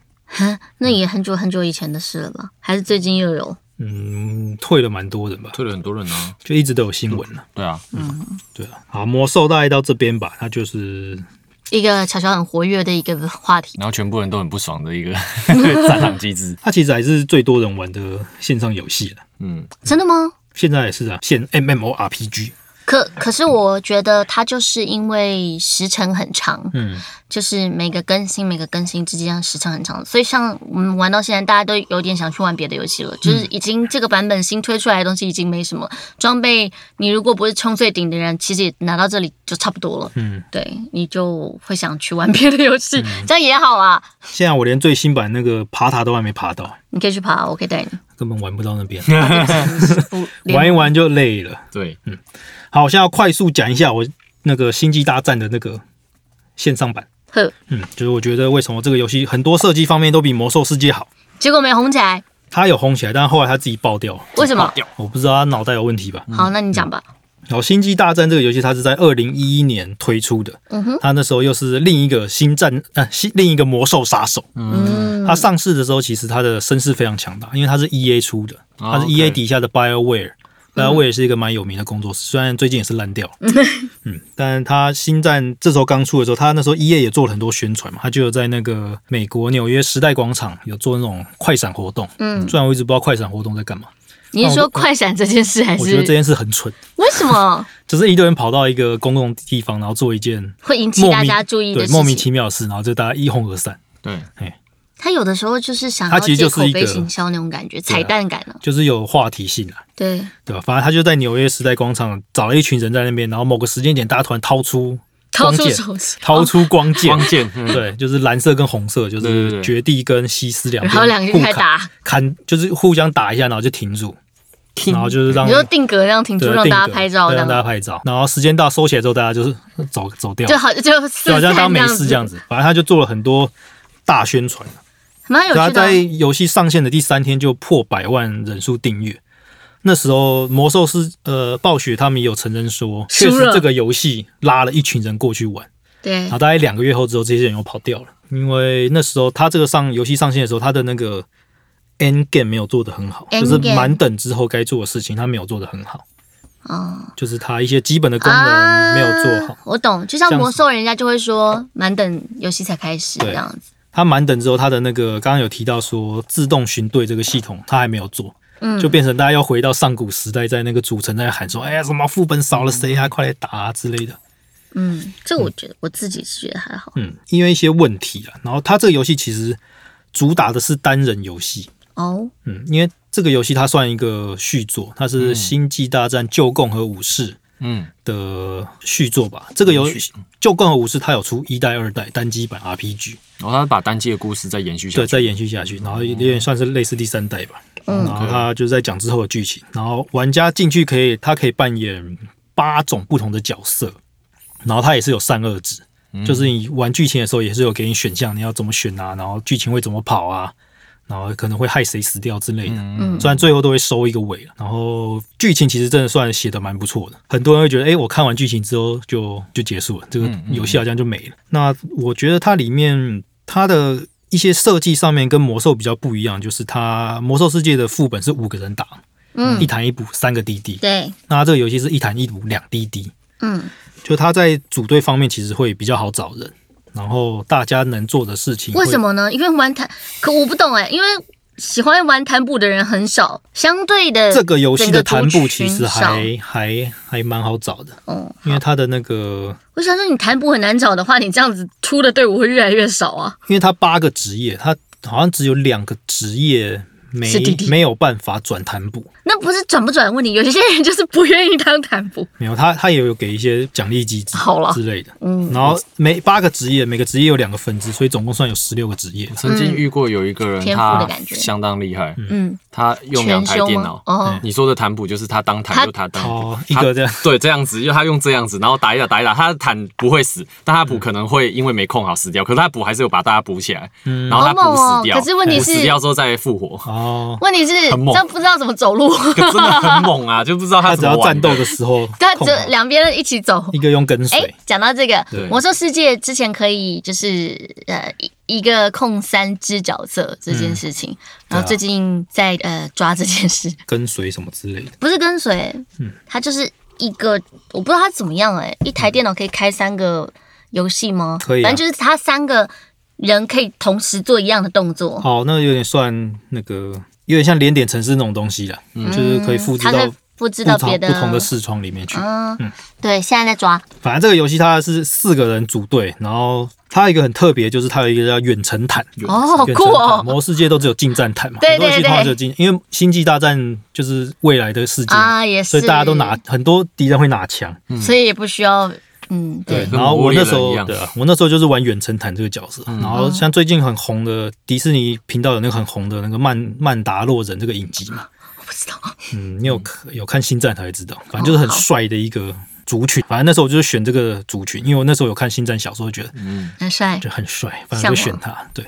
[SPEAKER 1] 那也很久很久以前的事了吧？还是最近又有？
[SPEAKER 2] 嗯，退了蛮多人吧，
[SPEAKER 3] 退了很多人啊，
[SPEAKER 2] 就一直都有新闻了。
[SPEAKER 3] 对啊，
[SPEAKER 1] 嗯
[SPEAKER 2] 对啊，好，魔兽大概到这边吧，它就是
[SPEAKER 1] 一个乔乔很活跃的一个话题，
[SPEAKER 3] 然后全部人都很不爽的一 个战场机制。
[SPEAKER 2] 它其实还是最多人玩的线上游戏了。
[SPEAKER 3] 嗯，
[SPEAKER 1] 真的吗？
[SPEAKER 2] 现在也是啊，现 MMORPG，
[SPEAKER 1] 可可是我觉得它就是因为时程很长，
[SPEAKER 2] 嗯，
[SPEAKER 1] 就是每个更新每个更新之间时长很长，所以像我们玩到现在，大家都有点想去玩别的游戏
[SPEAKER 2] 嗯
[SPEAKER 1] 了，就是已经这个版本新推出来的东西已经没什么装备，你如果不是冲最顶的人，其实也拿到这里就差不多了，
[SPEAKER 2] 嗯，
[SPEAKER 1] 对，你就会想去玩别的游戏，这样也好啊，
[SPEAKER 2] 现在我连最新版那个爬塔都还没爬到，
[SPEAKER 1] 你可以去爬，我可以带 你。
[SPEAKER 2] 根本玩不到那边，
[SPEAKER 1] 不
[SPEAKER 2] 玩一玩就累了。
[SPEAKER 3] 对，
[SPEAKER 2] 好，我现在要快速讲一下我那个《星际大战》的那个线上版。
[SPEAKER 1] 呵，
[SPEAKER 2] 嗯，就是我觉得为什么这个游戏很多设计方面都比《魔兽世界》好，
[SPEAKER 1] 结果没红起来，
[SPEAKER 2] 它有红起来，但后来它自己爆掉了，
[SPEAKER 1] 为什么？
[SPEAKER 3] 掉
[SPEAKER 2] 我不知道它脑袋有问题吧。
[SPEAKER 1] 好，那你讲吧。
[SPEAKER 2] 然后《星际大战》这个游戏它是在二零一一年推出的，
[SPEAKER 1] 嗯哼，
[SPEAKER 2] 它那时候又是另一个星战呃新另一个魔兽杀手，
[SPEAKER 1] 嗯
[SPEAKER 2] 它上市的时候其实它的声势非常强大，因为它是 E A 出的，
[SPEAKER 3] 哦
[SPEAKER 2] 它是 E A
[SPEAKER 3] OK
[SPEAKER 2] 底下的
[SPEAKER 1] 嗯
[SPEAKER 2] BioWare。BioWare 是一个蛮有名的工作室，虽然最近也是烂掉，嗯，但它星战这时候刚出的时候，它那时候 E A 也做了很多宣传嘛，它就有在那个美国纽约时代广场有做那种快闪活动，
[SPEAKER 1] 嗯，
[SPEAKER 2] 虽然我一直不知道快闪活动在干嘛，
[SPEAKER 1] 你是说快闪这件事，还
[SPEAKER 2] 我觉得这
[SPEAKER 1] 是
[SPEAKER 2] 件事很蠢，
[SPEAKER 1] 为什么
[SPEAKER 2] 就是一堆人跑到一个公共地方，然后做一件
[SPEAKER 1] 会引起
[SPEAKER 2] 莫
[SPEAKER 1] 大
[SPEAKER 2] 名
[SPEAKER 1] 家注意的
[SPEAKER 2] 对
[SPEAKER 1] 事
[SPEAKER 2] 莫名
[SPEAKER 1] 情？
[SPEAKER 2] 其妙的事，然后就大家一哄而散，
[SPEAKER 3] 对，
[SPEAKER 1] 他有的时候就是想
[SPEAKER 2] 它
[SPEAKER 1] 要
[SPEAKER 2] 其实
[SPEAKER 1] 借
[SPEAKER 2] 就是
[SPEAKER 1] 口
[SPEAKER 2] 一个啊
[SPEAKER 1] 碑行销那种感觉，彩蛋感呢？
[SPEAKER 2] 就是有话题性啊，
[SPEAKER 1] 对，
[SPEAKER 2] 对吧？反正他就在纽约时代广场找了一群人在那边，然后某个时间点，大家突然掏
[SPEAKER 1] 哦
[SPEAKER 2] 出
[SPEAKER 1] 掏出
[SPEAKER 2] 光剑
[SPEAKER 1] 手机，
[SPEAKER 2] 掏出光剑，
[SPEAKER 3] 光剑，嗯
[SPEAKER 2] 对，就是蓝色跟红色，就
[SPEAKER 3] 对对
[SPEAKER 2] 是
[SPEAKER 3] 对
[SPEAKER 2] 绝地跟西斯两边
[SPEAKER 1] 然后两
[SPEAKER 2] 互砍，
[SPEAKER 1] 个就开始打。
[SPEAKER 2] 砍，就是互相打一下，然后就停住，然后就是让
[SPEAKER 1] 嗯你说定格这样停住，
[SPEAKER 2] 对
[SPEAKER 1] 让大家
[SPEAKER 2] 定格
[SPEAKER 1] 拍照，
[SPEAKER 2] 对
[SPEAKER 1] 这
[SPEAKER 2] 让大家
[SPEAKER 1] 样
[SPEAKER 2] 拍照，然后时间到收起来之后，大家就是走走掉，
[SPEAKER 1] 就好，就四
[SPEAKER 2] 啊就好像当
[SPEAKER 1] 散
[SPEAKER 2] 没
[SPEAKER 1] 这样
[SPEAKER 2] 事
[SPEAKER 1] 子
[SPEAKER 2] 这，样子。反正他就做了很多大宣传。
[SPEAKER 1] 蛮有
[SPEAKER 2] 他
[SPEAKER 1] 趣的啊
[SPEAKER 2] 在。游戏上线的第三天就破百万人数订阅。那时候魔兽是呃暴雪他们也有承认说，
[SPEAKER 1] 输
[SPEAKER 2] 确
[SPEAKER 1] 了
[SPEAKER 2] 实这个游戏拉了一群人过去玩，
[SPEAKER 1] 对
[SPEAKER 2] 然后，大概两个月后之后，这些人又跑掉了，因为那时候他这个上游戏上线的时候，他的那个 end game 没有做得很好，
[SPEAKER 1] End
[SPEAKER 2] 就是
[SPEAKER 1] game
[SPEAKER 2] 满等之后该做的事情他没有做得很好，
[SPEAKER 1] 哦，
[SPEAKER 2] 就是他一些基本的功能没有做好。
[SPEAKER 1] 啊。我懂，就像
[SPEAKER 2] 像
[SPEAKER 1] 魔兽，人家就会说满等游戏才开始
[SPEAKER 2] 对
[SPEAKER 1] 这样子。
[SPEAKER 2] 它满等之后，它的那个刚刚有提到说自动巡队这个系统，它还没有做，
[SPEAKER 1] 嗯
[SPEAKER 2] 就变成大家要回到上古时代，在那个主城在喊说，哎呀，什么副本少了谁啊，快来打啊之类的，
[SPEAKER 1] 嗯，这我觉得我自己是觉得还好。
[SPEAKER 2] 嗯，因为一些问题啊，然后它这个游戏其实主打的是单人游戏，
[SPEAKER 1] 哦，
[SPEAKER 2] 嗯，因为这个游戏它算一个续作，它是《星际大战：旧共和武士》
[SPEAKER 3] 嗯，
[SPEAKER 2] 的续作吧，这个游戏《旧共和武士》它有出一代、二代单机版 RPG，
[SPEAKER 3] 然后他把单机的故事再延续下
[SPEAKER 2] 对，
[SPEAKER 3] 去，嗯
[SPEAKER 2] 再延续下去，然后有点算是类似第三代吧。
[SPEAKER 1] 嗯
[SPEAKER 2] 然后他就在讲之后的剧情，然后玩家进去可以，他可以扮演八种不同的角色，然后他也是有善恶值，就是你玩剧情的时候也是有给你选项，你要怎么选啊，然后剧情会怎么跑啊，然后可能会害谁死掉之类的。
[SPEAKER 1] 嗯
[SPEAKER 2] 虽然最后都会收一个尾，然后剧情其实真的算写的蛮不错的，很多人会觉得，哎、我看完剧情之后就就结束了，这个游戏好像就没了。那我觉得它里面它的一些设计上面跟魔兽比较不一样，就是它魔兽世界的副本是五个人打，
[SPEAKER 1] 嗯
[SPEAKER 2] 一弹一补三个滴滴，
[SPEAKER 1] 对，
[SPEAKER 2] 那它这个游戏是一弹一补两滴滴，
[SPEAKER 1] 嗯
[SPEAKER 2] 就它在组队方面其实会比较好找人，然后大家能做的事情会
[SPEAKER 1] 为什么呢？因为玩弹，可我不懂哎、因为喜欢玩弹步的人很少，相对的
[SPEAKER 2] 这个游戏的
[SPEAKER 1] 整
[SPEAKER 2] 弹
[SPEAKER 1] 个族
[SPEAKER 2] 步
[SPEAKER 1] 群
[SPEAKER 2] 其实
[SPEAKER 1] 少
[SPEAKER 2] 还还还蛮好找的，
[SPEAKER 1] 哦。
[SPEAKER 2] 因为它的那个，
[SPEAKER 1] 我想说，你弹步很难找的话，你这样子出的队伍会越来越少啊。
[SPEAKER 2] 因为它八个职业，它好像只有两个职业没
[SPEAKER 1] 是弟弟
[SPEAKER 2] 没有办法转弹步，
[SPEAKER 1] 那不是转不转的问题，有些人就是不愿意当弹步。
[SPEAKER 2] 没有它它也有给一些奖励机制
[SPEAKER 1] 好啦
[SPEAKER 2] 之类的。
[SPEAKER 1] 嗯，
[SPEAKER 2] 然后每八个职业，每个职业有两个分支，所以总共算有十六个职业。
[SPEAKER 3] 曾经遇过有一个人，
[SPEAKER 1] 嗯天赋
[SPEAKER 3] 他
[SPEAKER 1] 的感觉
[SPEAKER 3] 相当厉害，
[SPEAKER 1] 嗯，
[SPEAKER 3] 他用两台电脑。
[SPEAKER 2] 嗯
[SPEAKER 1] 哦，
[SPEAKER 3] 你说的弹谱就是他当
[SPEAKER 1] 他
[SPEAKER 3] 弹就他当谱
[SPEAKER 2] 哦，一
[SPEAKER 3] 他
[SPEAKER 2] 个这样，
[SPEAKER 3] 对这样子，因为他用这样子，然后打一打打一打，他的弹不会死，但他补可能会因为没控好死掉，可是他补还是有把大家补起来，然后
[SPEAKER 1] 好
[SPEAKER 3] 他
[SPEAKER 1] 猛
[SPEAKER 3] 补
[SPEAKER 1] 哦
[SPEAKER 3] 死！掉，
[SPEAKER 1] 可是问题
[SPEAKER 3] 补死
[SPEAKER 1] 是
[SPEAKER 3] 掉，之后再复活，
[SPEAKER 2] 哦，
[SPEAKER 1] 问题是
[SPEAKER 3] 很猛
[SPEAKER 1] 这样不知道怎么走 路，
[SPEAKER 3] 可真的很猛啊，就不知道
[SPEAKER 2] 他
[SPEAKER 3] 怎
[SPEAKER 2] 只
[SPEAKER 3] 么
[SPEAKER 2] 要
[SPEAKER 3] 玩
[SPEAKER 2] 战
[SPEAKER 3] 的
[SPEAKER 2] 斗的 时候，
[SPEAKER 1] 对，
[SPEAKER 2] 控
[SPEAKER 1] 这两边一起走。
[SPEAKER 2] 一个用跟
[SPEAKER 1] 哎
[SPEAKER 2] 随，，
[SPEAKER 1] 讲到这个
[SPEAKER 3] 对
[SPEAKER 1] 《魔兽世界》之前可以就是呃一一个控三只角色这件事情，然
[SPEAKER 2] 对啊
[SPEAKER 1] 后最近在呃抓这件事，
[SPEAKER 2] 跟随什么之类的。
[SPEAKER 1] 不是跟随，
[SPEAKER 2] 嗯
[SPEAKER 1] 它就是一个我不知道它怎么样哎、一台电脑可以开三个游戏吗？
[SPEAKER 2] 可以啊
[SPEAKER 1] 反正就是它三个人可以同时做一样的动作。
[SPEAKER 2] 好，那有点算那个，有点像连点城市那种东西啦，就是可以复制
[SPEAKER 1] 它可
[SPEAKER 2] 到
[SPEAKER 1] 以不嗯知道
[SPEAKER 2] 不同
[SPEAKER 1] 别的
[SPEAKER 2] 不同的视窗里面去。
[SPEAKER 1] 嗯，对，现在在抓，
[SPEAKER 2] 反正这个游戏它是四个人组队，然后它有一个很特别，就是它有一个叫远程坦。
[SPEAKER 1] 哦，好
[SPEAKER 2] 远
[SPEAKER 1] 酷
[SPEAKER 2] 程坦
[SPEAKER 1] 哦，
[SPEAKER 2] 魔世界都只有近战坦嘛，
[SPEAKER 1] 对
[SPEAKER 2] 很多游戏
[SPEAKER 1] 对对
[SPEAKER 2] 通常只有近，因为星际大战就是未来的世界嘛，
[SPEAKER 1] 啊，也是，
[SPEAKER 2] 嗯所以大家都拿，很多敌人会拿枪。
[SPEAKER 1] 所以也不需要，嗯，对
[SPEAKER 3] 对，
[SPEAKER 2] 然后我那时
[SPEAKER 3] 跟魔物
[SPEAKER 2] 候
[SPEAKER 3] 猎人一样嗯
[SPEAKER 2] 对啊，我那时候就是玩远程坦这个角色。然后像最近很红的迪士尼频道有那个很红的那个曼曼达洛人这个影集嘛，
[SPEAKER 1] 我不知道，
[SPEAKER 2] 嗯，你有有看星战才会知道，反正
[SPEAKER 3] 哦
[SPEAKER 2] 就是很帅的一个族群。反正那时候我就是选这个族群，因为我那时候有看星战小说，觉得
[SPEAKER 1] 很帅，
[SPEAKER 2] 就很帅，反正我就选他。对，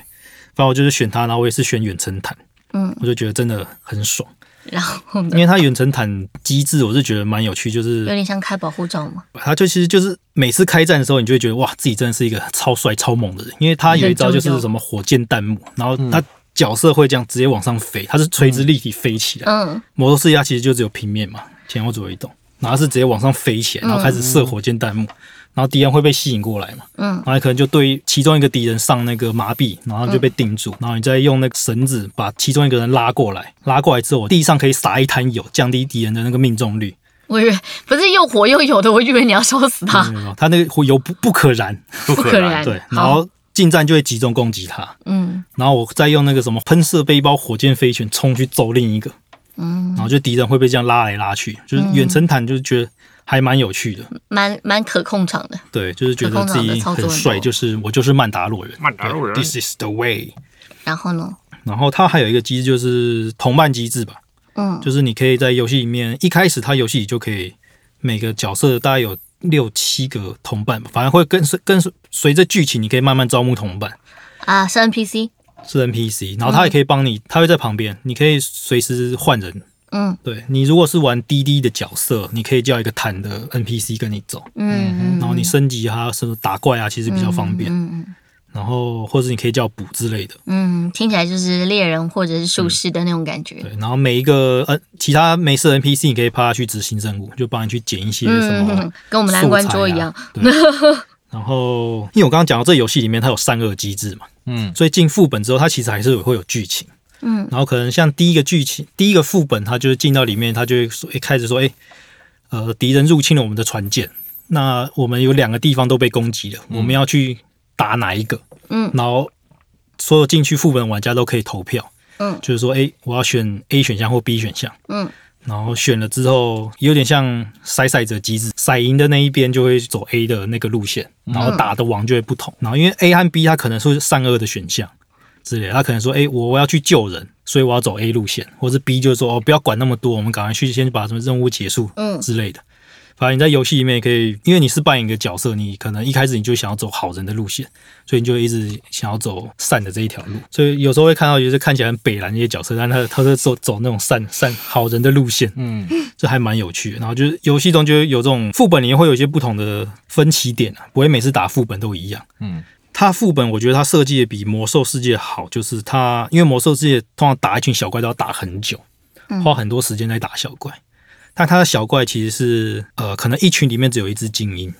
[SPEAKER 2] 反正我就是选他，然后我也是选远程坦，
[SPEAKER 1] 嗯，
[SPEAKER 2] 我就觉得真的很爽，
[SPEAKER 1] 然后呢
[SPEAKER 2] 因为他远程坦机制我是觉得蛮有趣，就是
[SPEAKER 1] 有点像开保护罩嘛，
[SPEAKER 2] 他就其实就是每次开战的时候，你就会觉得哇，自己真的是一个超帅超猛的人，因为他有一招就是什么火箭弹幕，然后他角色会这样直接往上飞，他是垂直立体飞起来。
[SPEAKER 1] 嗯，
[SPEAKER 2] 魔兽世界它其实就只有平面嘛，前后左右移动，然后是直接往上飞起来，然后开始射火箭弹幕，然后敌人会被吸引过来嘛，
[SPEAKER 1] 嗯
[SPEAKER 2] 然后你可能就对其中一个敌人上那个麻痹，然后就被定住，然后你再用那个绳子把其中一个人拉过来，拉过来之后，地上可以撒一滩油，降低敌人的那个命中率。
[SPEAKER 1] 我以为不是又火又有的，我以为你要烧死他，
[SPEAKER 2] 没有没有，他那个火油不不可燃，
[SPEAKER 3] 不
[SPEAKER 1] 不
[SPEAKER 3] 可
[SPEAKER 1] 可
[SPEAKER 3] 能。
[SPEAKER 1] 燃，
[SPEAKER 2] 对，
[SPEAKER 1] 哎
[SPEAKER 2] 然
[SPEAKER 1] 好，
[SPEAKER 2] 后近战就会集中攻击他，
[SPEAKER 1] 嗯，
[SPEAKER 2] 然后我再用那个什么喷射背包火箭飞拳冲去揍另一个，嗯，然后就敌人会被这样拉来拉去，就是
[SPEAKER 1] 嗯
[SPEAKER 2] 远程坦就是觉得还蛮有趣的，
[SPEAKER 1] 蛮蛮可控场的，
[SPEAKER 2] 对，就是觉得
[SPEAKER 1] 可
[SPEAKER 2] 自
[SPEAKER 1] 控场的
[SPEAKER 2] 己
[SPEAKER 1] 操作
[SPEAKER 2] 很
[SPEAKER 1] 很
[SPEAKER 2] 帅，
[SPEAKER 1] 多
[SPEAKER 2] 就是我就是曼达洛人，
[SPEAKER 3] 曼达洛人
[SPEAKER 2] 对，This is the way。
[SPEAKER 1] 然后呢，
[SPEAKER 2] 然后它还有一个机制就是同伴机制吧，
[SPEAKER 1] 嗯，
[SPEAKER 2] 就是你可以在游戏里面一开始它游戏里就可以每个角色大概有六七个同伴吧，反正会跟随跟随随着剧情，你可以慢慢招募同伴。
[SPEAKER 1] 啊，是 NPC，
[SPEAKER 2] 是 NPC，然后
[SPEAKER 1] 嗯
[SPEAKER 2] 他也可以帮你，他会在旁边，你可以随时换人。
[SPEAKER 1] 嗯
[SPEAKER 2] 对你如果是玩滴滴的角色，你可以叫一个坦的 NPC 跟你走，
[SPEAKER 1] 嗯嗯
[SPEAKER 2] 然后你升级他甚至打怪啊，其实比较方便。
[SPEAKER 1] 嗯嗯
[SPEAKER 2] 然后或者你可以叫补之类的。
[SPEAKER 1] 嗯，听起来就是猎人或者是术士的那种感觉，
[SPEAKER 2] 对，然后每一个呃其他没事的 NPC，你可以派他去执行任务，就帮你去捡一些什么、啊
[SPEAKER 1] 嗯，跟我们蓝关桌一样，。
[SPEAKER 2] 对。然后，因为我刚刚讲到这游戏里面它有善恶机制嘛，
[SPEAKER 3] 嗯，
[SPEAKER 2] 所以进副本之后，它其实还是有会有剧情。
[SPEAKER 1] 嗯，
[SPEAKER 2] 然后可能像第一个剧情，第一个副本，它就是进到里面，它就会说，一开始说，哎、呃，敌人入侵了我们的船舰，那我们有两个地方都被攻击了，我们要去打哪一个？
[SPEAKER 1] 嗯，
[SPEAKER 2] 然后所有进去副本玩家都可以投票，
[SPEAKER 1] 嗯
[SPEAKER 2] 就是说，哎、我要选 A 选项或 B 选项，
[SPEAKER 1] 嗯，
[SPEAKER 2] 然后选了之后，有点像筛赛者机制，骰赢的那一边就会走 A 的那个路线，然
[SPEAKER 1] 嗯
[SPEAKER 2] 后打的王就会不同。然后因为 A 和 B 它可能是善恶的选项之类的，他可能说，哎、我我要去救人，所以我要走 A 路线，或是 B 就是说，哦，不要管那么多，我们赶快去先把什么任务结束，
[SPEAKER 1] 嗯
[SPEAKER 2] 之类的。反正你在游戏里面也可以，因为你是扮演一个角色，你可能一开始你就想要走好人的路线，所以你就一直想要走善的这一条路。所以有时候会看到，就是看起来很北蓝的一些角色，但他他是走走那种善善好人的路线，
[SPEAKER 3] 嗯，
[SPEAKER 2] 这还蛮有趣的。然后就是游戏中就有这种副本里面会有一些不同的分歧点啊，不会每次打副本都一样。
[SPEAKER 3] 嗯，
[SPEAKER 2] 它副本我觉得它设计的比魔兽世界好，就是它因为魔兽世界通常打一群小怪都要打很久，花很多时间在打小怪。但它的小怪其实是呃，可能一群里面只有一只精英，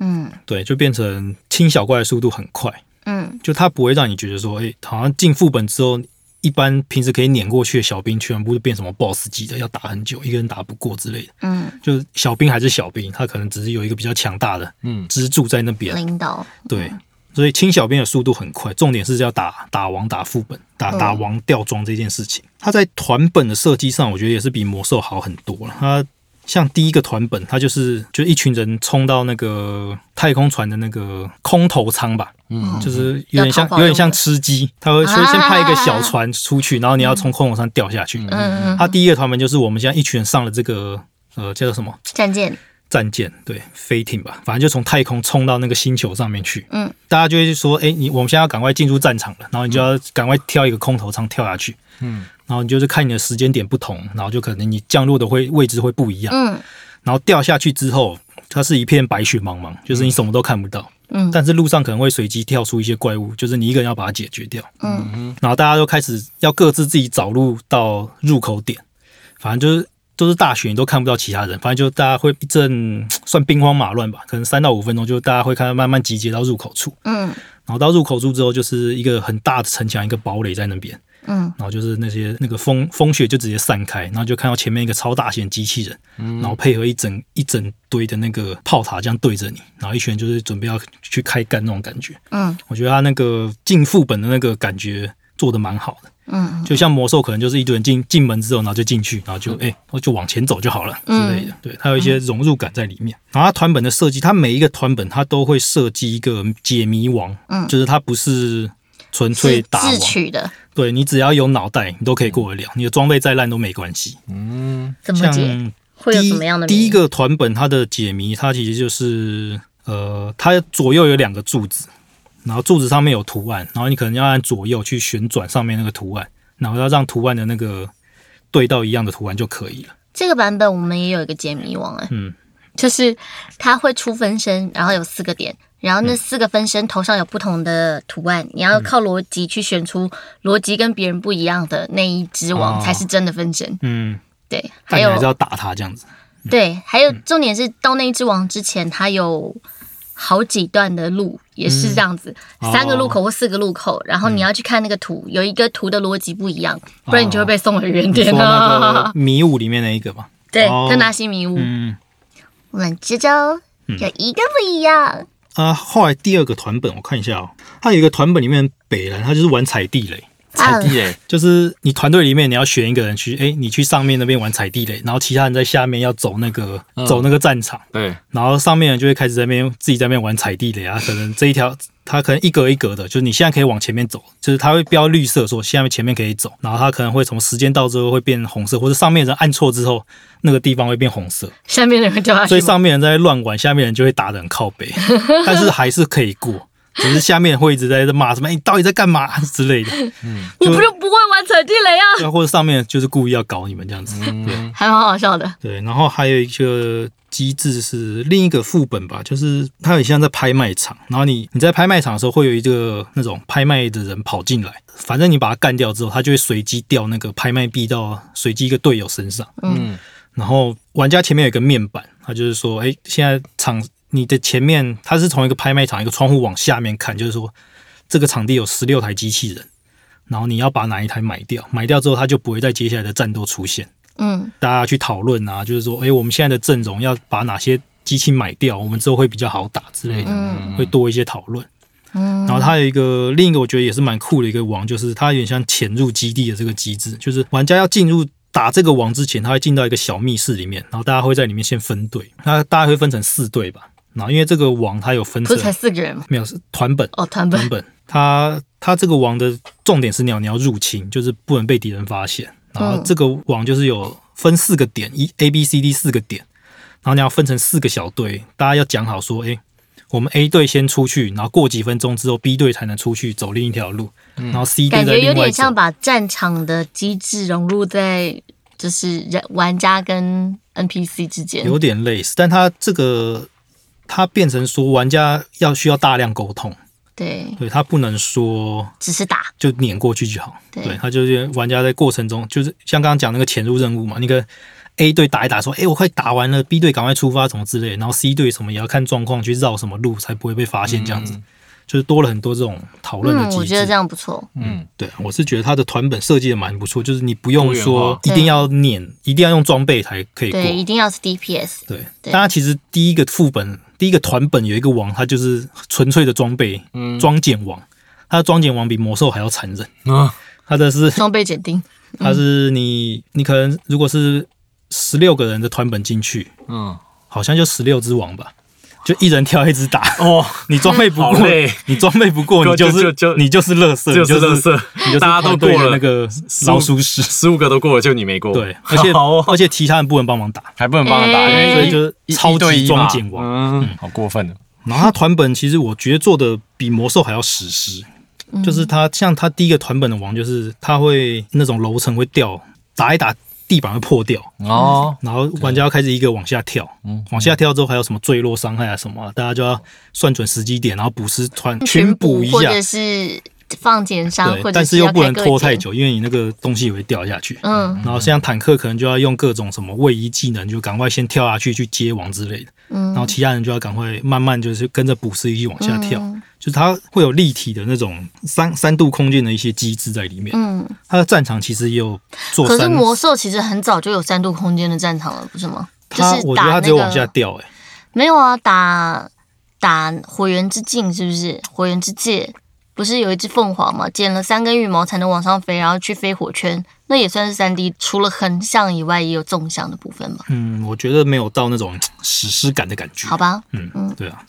[SPEAKER 1] 嗯
[SPEAKER 2] 对，就变成清小怪的速度很快，
[SPEAKER 1] 嗯
[SPEAKER 2] 就它不会让你觉得说，哎、好像进副本之后，一般平时可以碾过去的小兵全部都变什么 BOSS 级的，要打很久，一个人打不过之类的。
[SPEAKER 1] 嗯，
[SPEAKER 2] 就是小兵还是小兵，他可能只是有一个比较强大的
[SPEAKER 3] 嗯
[SPEAKER 2] 支柱在那边，
[SPEAKER 1] 领导，
[SPEAKER 2] 对，所以清小兵的速度很快，重点是要打打王、打副本、打
[SPEAKER 1] 嗯
[SPEAKER 2] 打王吊装这件事情。它在团本的设计上，我觉得也是比魔兽好很多了。它像第一个团本，它就是就一群人冲到那个太空船的那个空投舱吧，
[SPEAKER 3] 嗯，
[SPEAKER 2] 就是有点像
[SPEAKER 1] 要逃跑
[SPEAKER 2] 有
[SPEAKER 1] 用的
[SPEAKER 2] 点像吃鸡，他会先先派一个小船出去，然后你要
[SPEAKER 1] 啊
[SPEAKER 2] 从空投上掉下去。
[SPEAKER 1] 嗯嗯，
[SPEAKER 2] 它第一个团本就是我们现在一群人上了这个呃叫做什么
[SPEAKER 1] 战舰，
[SPEAKER 2] 战舰，对，飞艇吧，反正就从太空冲到那个星球上面去。
[SPEAKER 1] 嗯，
[SPEAKER 2] 大家就会说，哎、你我们现在要赶快进入战场了，然后你就要赶快挑一个空投舱跳下去。
[SPEAKER 3] 嗯，
[SPEAKER 2] 然后你就是看你的时间点不同，然后就可能你降落的会位置会不一样。
[SPEAKER 1] 嗯
[SPEAKER 2] 然后掉下去之后，它是一片白雪茫茫，就是你什么都看不到。
[SPEAKER 1] 嗯
[SPEAKER 2] 但是路上可能会随机跳出一些怪物，就是你一个人要把它解决掉。
[SPEAKER 1] 嗯，
[SPEAKER 2] 然后大家都开始要各自自己找路到入口点，反正就是都是大雪，你都看不到其他人，反正就大家会一阵算兵荒马乱吧，可能三到五分钟就大家会看到慢慢集结到入口处，
[SPEAKER 1] 嗯
[SPEAKER 2] 然后到入口处之后就是一个很大的城墙，一个堡垒在那边，
[SPEAKER 1] 嗯，
[SPEAKER 2] 然后就是那些那个风风雪就直接散开，然后就看到前面一个超大型的机器人，
[SPEAKER 1] 嗯
[SPEAKER 2] 然后配合一整一整堆的那个炮塔这样对着你，然后一拳就是准备要去开干那种感觉。
[SPEAKER 1] 嗯，
[SPEAKER 2] 我觉得他那个进副本的那个感觉做的蛮好的。
[SPEAKER 1] 嗯，
[SPEAKER 2] 就像魔兽可能就是一堆人进进门之后，然后就进去，然后就哎、然后就往前走就好了之
[SPEAKER 1] 嗯
[SPEAKER 2] 类的。对，它有一些融入感在里面。然后它团本的设计，它每一个团本它都会设计一个解谜王，
[SPEAKER 1] 嗯
[SPEAKER 2] 就是它不是纯粹
[SPEAKER 1] 是
[SPEAKER 2] 打
[SPEAKER 1] 自
[SPEAKER 2] 王，
[SPEAKER 1] 取的，
[SPEAKER 2] 对你只要有脑袋，你都可以过得了，你的装备再烂都没关系。
[SPEAKER 3] 嗯，
[SPEAKER 1] 怎么
[SPEAKER 2] 像
[SPEAKER 1] 解？会有
[SPEAKER 2] 第一
[SPEAKER 1] 什么样的谜
[SPEAKER 2] 第一个团本它的解谜，它其实就是呃，它左右有两个柱子，然后柱子上面有图案，然后你可能要按左右去旋转上面那个图案，然后要让图案的那个对到一样的图案就可以了。
[SPEAKER 1] 这个版本我们也有一个解谜王哎、
[SPEAKER 2] 嗯，
[SPEAKER 1] 就是它会出分身，然后有四个点，然后那四个分身头上有不同的图案，你要靠逻辑去选出逻辑跟别人不一样的那一只王
[SPEAKER 2] 哦
[SPEAKER 1] 才是真的分身。
[SPEAKER 2] 嗯，
[SPEAKER 1] 对，还
[SPEAKER 2] 但你还是
[SPEAKER 1] 有
[SPEAKER 2] 要打它这样嗯子。
[SPEAKER 1] 对，还有重点是到那一只王之前，它有。好几段的路也是这样子，
[SPEAKER 2] 哦
[SPEAKER 1] 三个路口或四个路口，然后你要去看那个图，有一个图的逻辑不一样，不然你就会被送回原
[SPEAKER 2] 你
[SPEAKER 1] 点
[SPEAKER 2] 说嗯那
[SPEAKER 1] 了。
[SPEAKER 2] 个迷雾里面那一个嘛？
[SPEAKER 1] 对
[SPEAKER 2] 哦，
[SPEAKER 1] 特纳西迷雾，
[SPEAKER 2] 嗯，
[SPEAKER 1] 我们之中有一个不一样，
[SPEAKER 2] 啊、后来第二个团本我看一下哦，它有一个团本里面北兰，它就是玩踩地雷。
[SPEAKER 1] 啊
[SPEAKER 3] 踩地雷，
[SPEAKER 2] 就是你团队里面你要选一个人去，哎、你去上面那边玩踩地雷，然后其他人在下面要走那个、
[SPEAKER 3] 嗯
[SPEAKER 2] 走那个战场，
[SPEAKER 3] 对，
[SPEAKER 2] 然后上面人就会开始在那边自己在那边玩踩地雷啊，可能这一条。它可能一格一格的，就是你现在可以往前面走，就是它会标绿色说下面前面可以走，然后它可能会从时间到之后会变红色，或者上面人按错之后，那个地方会变红色，
[SPEAKER 1] 下面的人掉下去吗，
[SPEAKER 2] 所以上面人在乱玩，下面人就会打得很靠 背，但是还是可以过，只是下面人会一直在骂什么、哎你到底在干嘛 之类的，
[SPEAKER 1] 你不是不会玩踩地雷啊，
[SPEAKER 2] 对啊，或者上面就是故意要搞你们这样子，对。
[SPEAKER 3] 嗯，
[SPEAKER 1] 还蛮好笑的。
[SPEAKER 2] 对，然后还有一个机制是另一个副本吧，就是它很像在拍卖场，然后你你在拍卖场的时候会有一个那种拍卖的人跑进来，反正你把他干掉之后，他就会随机掉那个拍卖币到随机一个队友身上，
[SPEAKER 3] 嗯，
[SPEAKER 2] 然后玩家前面有一个面板，他就是说，哎，现在场你的前面它是从一个拍卖场一个窗户往下面看，就是说这个场地有十六台机器人。然后你要把哪一台买掉，买掉之后，它就不会在接下来的战斗出现。
[SPEAKER 1] 嗯，
[SPEAKER 2] 大家去讨论啊，就是说，哎、我们现在的阵容要把哪些机器买掉，我们之后会比较好打之类的，会多一些讨论。嗯，然后它有一个另一个我觉得也是蛮酷的一个网，就是它有点像潜入基地的这个机制，就是玩家要进入。打这个网之前，他会进到一个小密室里面，然后大家会在里面先分队，那大家会分成四队吧。然后因为这个网它有分
[SPEAKER 1] 不
[SPEAKER 2] 成
[SPEAKER 1] 是才四个人吗？
[SPEAKER 2] 没有是团本，
[SPEAKER 1] 哦，团
[SPEAKER 2] 版
[SPEAKER 1] 本，
[SPEAKER 2] 本，它它这个网的重点是你要你要入侵，就是不能被敌人发现。然后
[SPEAKER 1] 嗯
[SPEAKER 2] 这个网就是有分四个点，一 A B C D 四个点，然后你要分成四个小队，大家要讲好说，哎、我们 A 队先出去，然后过几分钟之后 B 队才能出去走另一条路，然后 C 队
[SPEAKER 1] 感
[SPEAKER 2] 在
[SPEAKER 1] 觉有
[SPEAKER 2] 另外
[SPEAKER 1] 点
[SPEAKER 2] 走。
[SPEAKER 1] 像把战场的机制融入在就是人玩家跟 NPC 之间。
[SPEAKER 2] 有点类似，但它这个它变成说玩家要需要大量沟通，
[SPEAKER 1] 对，
[SPEAKER 2] 对他不能说
[SPEAKER 1] 只是打，
[SPEAKER 2] 就碾过去就好。
[SPEAKER 1] 对
[SPEAKER 2] 对，他就是玩家在过程中，就是像刚刚讲那个潜入任务嘛，那个 A 队打一打说，哎、我快打完了，B 队赶快出发什么之类的，然后 C 队什么也要看状况去绕什么路才不会被发现，这样子、就是多了很多这种讨论的
[SPEAKER 1] 嗯
[SPEAKER 2] 机，制。
[SPEAKER 1] 我觉得这样不错。
[SPEAKER 3] 嗯，
[SPEAKER 2] 对，我是觉得它的团本设计的蛮不错，就是你不用说
[SPEAKER 1] 多元
[SPEAKER 2] 一
[SPEAKER 1] 化
[SPEAKER 2] 定要碾，一定要用装备才可以过。
[SPEAKER 1] 对，一定要是 DPS。
[SPEAKER 2] 对，
[SPEAKER 1] 对
[SPEAKER 2] 大家其实第一个副本、第一个团本有一个王，它就是纯粹的装备
[SPEAKER 1] 嗯
[SPEAKER 2] 装甲王，它的装甲王比魔兽还要残忍，
[SPEAKER 3] 啊，
[SPEAKER 2] 它的是
[SPEAKER 1] 装备检 定，
[SPEAKER 2] 它是你你可能如果是十六个人的团本进去，
[SPEAKER 3] 嗯，
[SPEAKER 2] 好像就十六只王吧，就一人挑一只 打。
[SPEAKER 3] 哦，
[SPEAKER 2] 你装备不
[SPEAKER 3] 好
[SPEAKER 2] 过
[SPEAKER 3] 累，
[SPEAKER 2] 你装备不过，你就
[SPEAKER 3] 就
[SPEAKER 2] 是
[SPEAKER 3] 就就
[SPEAKER 2] 你就是乐色，
[SPEAKER 3] 就是
[SPEAKER 2] 你
[SPEAKER 3] 垃圾
[SPEAKER 2] 你就是
[SPEAKER 3] 大家都
[SPEAKER 2] 团队的
[SPEAKER 3] 过了
[SPEAKER 2] 那个老鼠屎。
[SPEAKER 3] 十五个都过了，就你没过，
[SPEAKER 2] 对，而且
[SPEAKER 3] 好哦
[SPEAKER 2] 而且其他人不能帮忙打，
[SPEAKER 3] 还不能帮他打，因
[SPEAKER 1] 哎
[SPEAKER 3] 为
[SPEAKER 2] 所以就是
[SPEAKER 3] 一
[SPEAKER 2] 超
[SPEAKER 3] 一对
[SPEAKER 2] 级
[SPEAKER 3] 一
[SPEAKER 2] 装
[SPEAKER 3] 嘛
[SPEAKER 2] 检王。
[SPEAKER 3] 嗯，好过分哦，
[SPEAKER 2] 然后他团本其实我觉得做的比魔兽还要史诗，
[SPEAKER 3] 嗯
[SPEAKER 2] 就是他像他第一个团本的王，就是他会那种楼层会掉，打一打地板会破掉，
[SPEAKER 3] 哦，
[SPEAKER 2] 然后玩家要开始一个往下跳，往下跳之后还有什么坠落伤害啊什么啊，大家就要算准时机点，然后补时团群补一
[SPEAKER 1] 嗯或
[SPEAKER 2] 下
[SPEAKER 1] 者，是放减伤，或
[SPEAKER 2] 对，
[SPEAKER 1] 者
[SPEAKER 2] 但是又
[SPEAKER 1] 要
[SPEAKER 2] 不能
[SPEAKER 1] 开个
[SPEAKER 2] 拖太
[SPEAKER 1] 检。
[SPEAKER 2] 久，因为你那个东西也会掉下去。
[SPEAKER 1] 嗯
[SPEAKER 2] 然后像坦克可能就要用各种什么位移技能，就赶快先跳下去去接网之类的，
[SPEAKER 1] 嗯嗯
[SPEAKER 2] 然后其他人就要赶快慢慢就是跟着补时一起往下跳，就是它会有立体的那种三三度空间的一些机制在里面。
[SPEAKER 1] 嗯，
[SPEAKER 2] 它的战场其实也有做
[SPEAKER 1] 可是
[SPEAKER 2] 三，
[SPEAKER 1] 魔兽其实很早就有三度空间的战场了，不是吗？就
[SPEAKER 2] 它
[SPEAKER 1] 是
[SPEAKER 2] 我觉
[SPEAKER 1] 打
[SPEAKER 2] 得它
[SPEAKER 1] 那
[SPEAKER 2] 只有往下
[SPEAKER 1] 个
[SPEAKER 2] 掉、欸，哎，
[SPEAKER 1] 没有啊，打打火源之境是不是？火源之界不是有一只凤凰嘛，剪了三根羽毛才能往上飞，然后去飞火圈，那也算是三 D，除了横向以外，也有纵向的部分吧？
[SPEAKER 2] 嗯，我觉得没有到那种史诗感的感觉。
[SPEAKER 1] 好吧，
[SPEAKER 2] 嗯，对啊，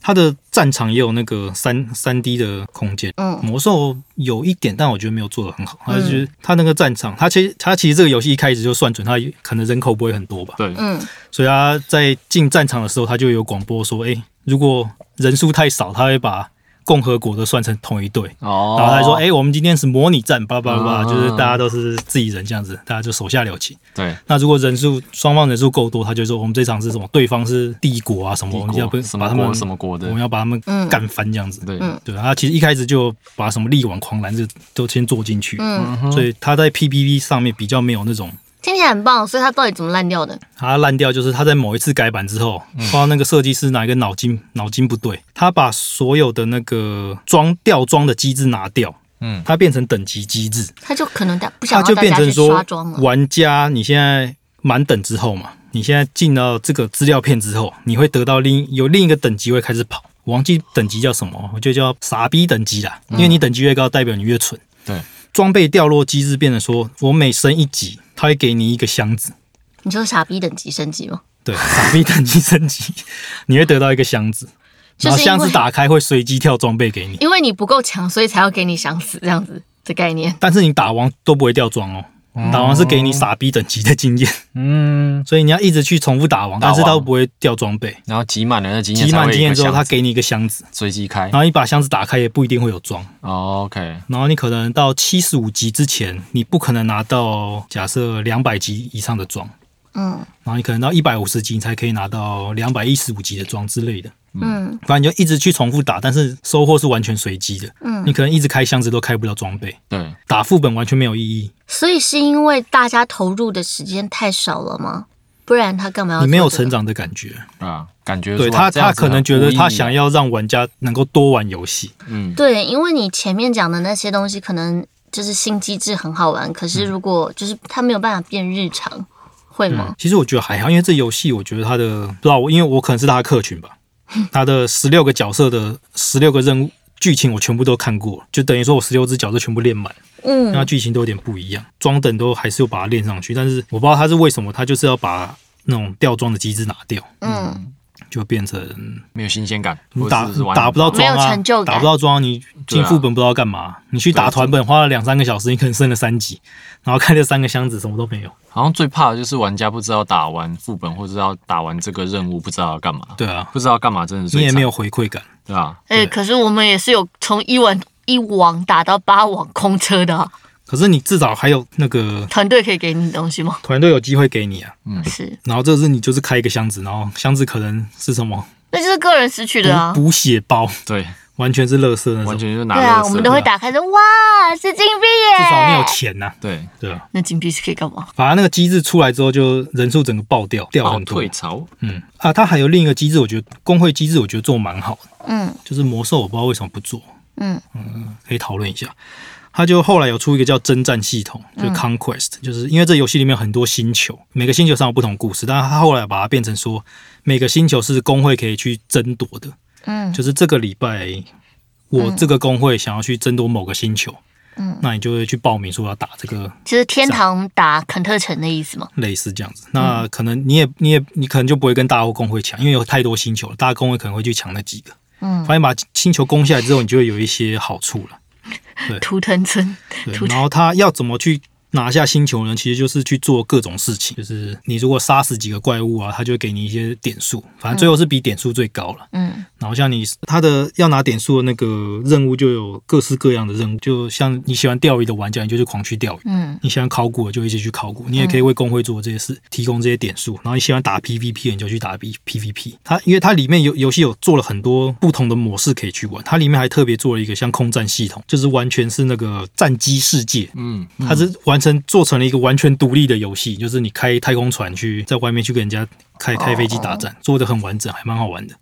[SPEAKER 2] 它的战场也有那个三三 D 的空间。
[SPEAKER 1] 嗯
[SPEAKER 2] 魔兽有一点，但我觉得没有做的很好。它就是它那个战场，它其实它其实这个游戏一开始就算准，它可能人口不会很多吧，
[SPEAKER 3] 对，
[SPEAKER 1] 嗯，
[SPEAKER 2] 所以它在进战场的时候，它就有广播说，哎、如果人数太少，它会把共和国的算成同一队。
[SPEAKER 3] 哦
[SPEAKER 2] 然后他说：“哎、我们今天是模拟战，叭叭
[SPEAKER 1] 啊
[SPEAKER 2] 叭，
[SPEAKER 3] 嗯
[SPEAKER 2] 就是大家都是自己人这样子，大家就手下留情。
[SPEAKER 3] 对，
[SPEAKER 2] 那如果人数双方人数够多，他就说我们这场是什么？对方是帝国啊什么，
[SPEAKER 3] 帝
[SPEAKER 2] 我们要不
[SPEAKER 3] 国什
[SPEAKER 2] 把
[SPEAKER 3] 么
[SPEAKER 2] 他们
[SPEAKER 3] 国什么国的
[SPEAKER 2] 我们，要把他们
[SPEAKER 1] 嗯
[SPEAKER 2] 干翻这样子。
[SPEAKER 3] 对，
[SPEAKER 1] 嗯
[SPEAKER 2] 对啊，他其实一开始就把什么力挽狂澜这都先做进去，
[SPEAKER 1] 嗯，
[SPEAKER 2] 所以他在 PPV 上面比较没有那种。
[SPEAKER 1] 听起来很棒，所以它到底怎么烂掉的？
[SPEAKER 2] 他烂掉就是他在某一次改版之后，
[SPEAKER 3] 嗯
[SPEAKER 2] 不知道那个设计师哪一个脑筋脑筋不对，他把所有的那个装吊装的机制拿掉，
[SPEAKER 3] 嗯，
[SPEAKER 2] 它变成等级机制，
[SPEAKER 1] 它就可能大不想让
[SPEAKER 2] 它啊就
[SPEAKER 1] 大
[SPEAKER 2] 变
[SPEAKER 1] 家
[SPEAKER 2] 成
[SPEAKER 1] 去
[SPEAKER 2] 说
[SPEAKER 1] 刷妆了。
[SPEAKER 2] 玩家你现在满等之后嘛，你现在进到这个资料片之后，你会得到另有另一个等级会开始跑，我忘记等级叫什么，我就叫傻逼等级
[SPEAKER 1] 嗯
[SPEAKER 2] 啦，因为你等级越高，代表你越蠢。
[SPEAKER 3] 对，
[SPEAKER 2] 装备掉落机制变得说，我每升一级，它会给你一个箱子，
[SPEAKER 1] 你说傻逼等级升级吗？
[SPEAKER 2] 对，傻逼等级升级，你会得到一个箱子，
[SPEAKER 1] 就
[SPEAKER 2] 然后
[SPEAKER 1] 是因
[SPEAKER 2] 箱子
[SPEAKER 1] 为
[SPEAKER 2] 打开会随机跳装备给你，
[SPEAKER 1] 因为你不够强，所以才要给你想死这样子的概念。
[SPEAKER 2] 但是你打完都不会掉装哦，打完是给你傻逼等级的经验，
[SPEAKER 3] 嗯，
[SPEAKER 2] 所以你要一直去重复打王，
[SPEAKER 3] 打
[SPEAKER 2] 但
[SPEAKER 3] 王
[SPEAKER 2] 是它不会掉装备。
[SPEAKER 3] 然后集满了那经验，
[SPEAKER 2] 集满经验之后，嗯它给你一个箱子，
[SPEAKER 3] 随机开
[SPEAKER 2] 然后你把箱子打开也不一定会有装。
[SPEAKER 3] 哦，OK，
[SPEAKER 2] 然后你可能到七十五级之前，你不可能拿到假设两百级以上的装，
[SPEAKER 1] 嗯
[SPEAKER 2] 然后你可能到一百五十级你才可以拿到两百一十五级的装之类的。
[SPEAKER 1] 嗯
[SPEAKER 2] 不然你就一直去重复打，但是收获是完全随机的。
[SPEAKER 1] 嗯，
[SPEAKER 2] 你可能一直开箱子都开不了装备，
[SPEAKER 3] 对，
[SPEAKER 2] 打副本完全没有意义。
[SPEAKER 1] 所以是因为大家投入的时间太少了吗？不然他干嘛要、
[SPEAKER 2] 你没有成？长的感觉。
[SPEAKER 3] 啊，感觉
[SPEAKER 2] 对
[SPEAKER 3] 出来
[SPEAKER 2] 他，
[SPEAKER 3] 这样
[SPEAKER 2] 他
[SPEAKER 3] 子
[SPEAKER 2] 可能
[SPEAKER 3] 很
[SPEAKER 2] 觉
[SPEAKER 3] 无
[SPEAKER 2] 得
[SPEAKER 3] 意义
[SPEAKER 2] 他
[SPEAKER 3] 啊
[SPEAKER 2] 想要让玩家能够多玩游戏。
[SPEAKER 3] 嗯，
[SPEAKER 1] 对，因为你前面讲的那些东西，可能就是新机制很好玩，可是如果就是它没有办法变日常，会吗？
[SPEAKER 2] 嗯其实我觉得还好，因为这游戏我觉得它的不知道我，因为我可能是他的客 群吧，他的十六个角色的十六个任务剧情我全部都看过，就等于说我十六只角色全部练满，
[SPEAKER 1] 嗯
[SPEAKER 2] 那剧情都有点不一样，装等都还是有把它练上去，但是我不知道他是为什么，他就是要把那种吊装的机制拿掉，
[SPEAKER 1] 嗯，
[SPEAKER 2] 就变成
[SPEAKER 3] 没有新鲜感，
[SPEAKER 2] 你
[SPEAKER 3] 或
[SPEAKER 2] 嗯打
[SPEAKER 3] 者是玩
[SPEAKER 2] 打不到
[SPEAKER 1] 没有
[SPEAKER 2] 装啊
[SPEAKER 1] 成就，感
[SPEAKER 2] 打不到装，你进副本不知道干嘛，你去打
[SPEAKER 3] 啊
[SPEAKER 2] 团本花了两三个小时，你可能升了三级，然后开了三个箱子什么都没有。
[SPEAKER 3] 好像最怕的就是玩家不知道打完副本或者是要打完这个任务不知道要干嘛，
[SPEAKER 2] 对啊，
[SPEAKER 3] 不知道干嘛真的是
[SPEAKER 2] 你
[SPEAKER 3] 最
[SPEAKER 2] 也
[SPEAKER 3] 惨
[SPEAKER 2] 没有回馈感。
[SPEAKER 3] 对吧？
[SPEAKER 1] 哎、可是我们也是有从一网一网打到八网空车的啊、
[SPEAKER 2] 可是你至少还有那个
[SPEAKER 1] 团队可以给你东西吗？
[SPEAKER 2] 团队有机会给你啊。
[SPEAKER 1] 是，
[SPEAKER 2] 然后这是你就是开一个箱子，然后箱子可能是什么
[SPEAKER 1] 那就是个人失去的啊
[SPEAKER 2] 补。补血包，
[SPEAKER 3] 对，
[SPEAKER 2] 完全是垃圾那
[SPEAKER 3] 完
[SPEAKER 2] 种。
[SPEAKER 3] 全就是拿
[SPEAKER 1] 对啊，
[SPEAKER 3] 垃圾
[SPEAKER 1] 我们都会打开说哇是金币耶，
[SPEAKER 2] 至少你有钱呐、
[SPEAKER 3] 对，
[SPEAKER 2] 对啊。
[SPEAKER 1] 那金币是可以干嘛？
[SPEAKER 2] 反而那个机制出来之后，就人数整个爆掉，掉
[SPEAKER 3] 好
[SPEAKER 2] 很多
[SPEAKER 3] 哦退。潮，
[SPEAKER 2] 嗯啊，它还有另一个机制，我觉得工会机制，我觉得做蛮好的，
[SPEAKER 1] 嗯
[SPEAKER 2] 就是魔兽，我不知道为什么不做，
[SPEAKER 1] 嗯
[SPEAKER 2] 可以讨论一下。它就后来有出一个叫征战系统，就是
[SPEAKER 1] 嗯
[SPEAKER 2] Conquest，、就是因为这游戏里面有很多星球，每个星球上有不同的故事，但是它后来把它变成说，每个星球是工会可以去争夺的，
[SPEAKER 1] 嗯
[SPEAKER 2] 就是这个礼拜我这个工会想要去争夺某个星球，
[SPEAKER 1] 嗯，
[SPEAKER 2] 那你就会去报名说要打这个
[SPEAKER 1] 就是天堂打肯特城的意思嘛。
[SPEAKER 2] 类似这样子。那
[SPEAKER 1] 嗯
[SPEAKER 2] 可能你也你也你可能就不会跟大工会抢，因为有太多星球了，大工会可能会去抢那几个。
[SPEAKER 1] 嗯
[SPEAKER 2] 发现把星球攻下来之后，你就会有一些好处了。
[SPEAKER 1] 图腾村，
[SPEAKER 2] 对
[SPEAKER 1] 出，去
[SPEAKER 2] 然后他要怎么去拿下星球呢？其实就是去做各种事情，就是你如果杀死几个怪物啊，他就会给你一些点数，反正最后是比点数最高了。
[SPEAKER 1] 嗯
[SPEAKER 2] 然后像你他的要拿点数的那个任务就有各式各样的任务，就像你喜欢钓鱼的玩家，你就去狂去钓鱼。
[SPEAKER 1] 嗯
[SPEAKER 2] 你喜欢考古的就一起去考古，你也可以为工会做这些事，提供这些点数。然后你喜欢打 PVP 的你就去打 P PVP。它因为它里面有游戏有做了很多不同的模式可以去玩，它里面还特别做了一个像空战系统，就是完全是那个战机世界。
[SPEAKER 3] 嗯，
[SPEAKER 2] 它是完成做成了一个完全独立的游戏，就是你开太空船去在外面去跟人家开开飞机打战，做的很完整，还蛮好玩的。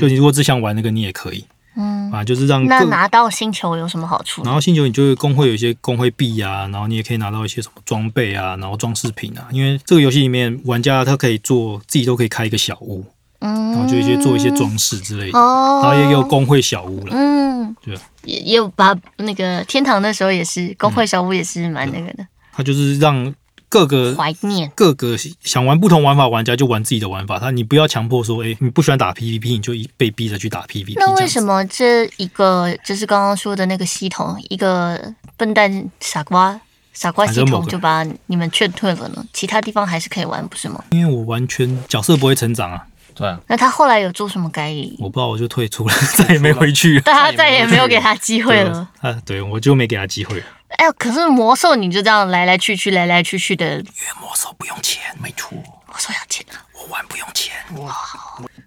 [SPEAKER 2] 就你如果只想玩那个，你也可以。
[SPEAKER 1] 嗯，
[SPEAKER 2] 啊，就是让
[SPEAKER 1] 那
[SPEAKER 2] 各
[SPEAKER 1] 拿到星球有什么好处呢？
[SPEAKER 2] 然后星球你就会工会有一些工会币啊，然后你也可以拿到一些什么装备啊，然后装饰品啊。因为这个游戏里面玩家他可以做自己都可以开一个小屋，
[SPEAKER 1] 嗯，
[SPEAKER 2] 然后就一些做一些装饰之类的，
[SPEAKER 1] 哦，
[SPEAKER 2] 然后也有工会小屋了。
[SPEAKER 1] 嗯
[SPEAKER 2] 对，啊
[SPEAKER 1] 也也有把那个天堂的时候也是工
[SPEAKER 2] 嗯
[SPEAKER 1] 会小屋也
[SPEAKER 2] 啊
[SPEAKER 1] 是蛮那个的，
[SPEAKER 2] 它就是让各个
[SPEAKER 1] 怀念。
[SPEAKER 2] 各个想玩不同玩法玩家就玩自己的玩法，他你不要强迫说，哎、你不喜欢打 PVP，你就一被逼着去打 PVP 这
[SPEAKER 1] 那
[SPEAKER 2] 样子。
[SPEAKER 1] 为什么这一个就是刚刚说的那个系统，一个笨蛋傻瓜傻瓜系
[SPEAKER 2] 反正某
[SPEAKER 1] 统
[SPEAKER 2] 个
[SPEAKER 1] 就把你们劝退了呢？其他地方还是可以玩，不是吗？
[SPEAKER 2] 因为我完全角色不会成长啊，
[SPEAKER 3] 对啊，
[SPEAKER 1] 那他后来有做什么改理？
[SPEAKER 2] 我不知道我就退出了，再也没 回去了。
[SPEAKER 1] 大家再也没有给他机会了。
[SPEAKER 2] 啊，对，我就没给他机会了。
[SPEAKER 1] 哎呦，可是魔兽你就这样来来去去，来来去去的，
[SPEAKER 2] 魔兽不用钱，没错，
[SPEAKER 1] 魔兽要钱啊！
[SPEAKER 2] 我玩不用钱。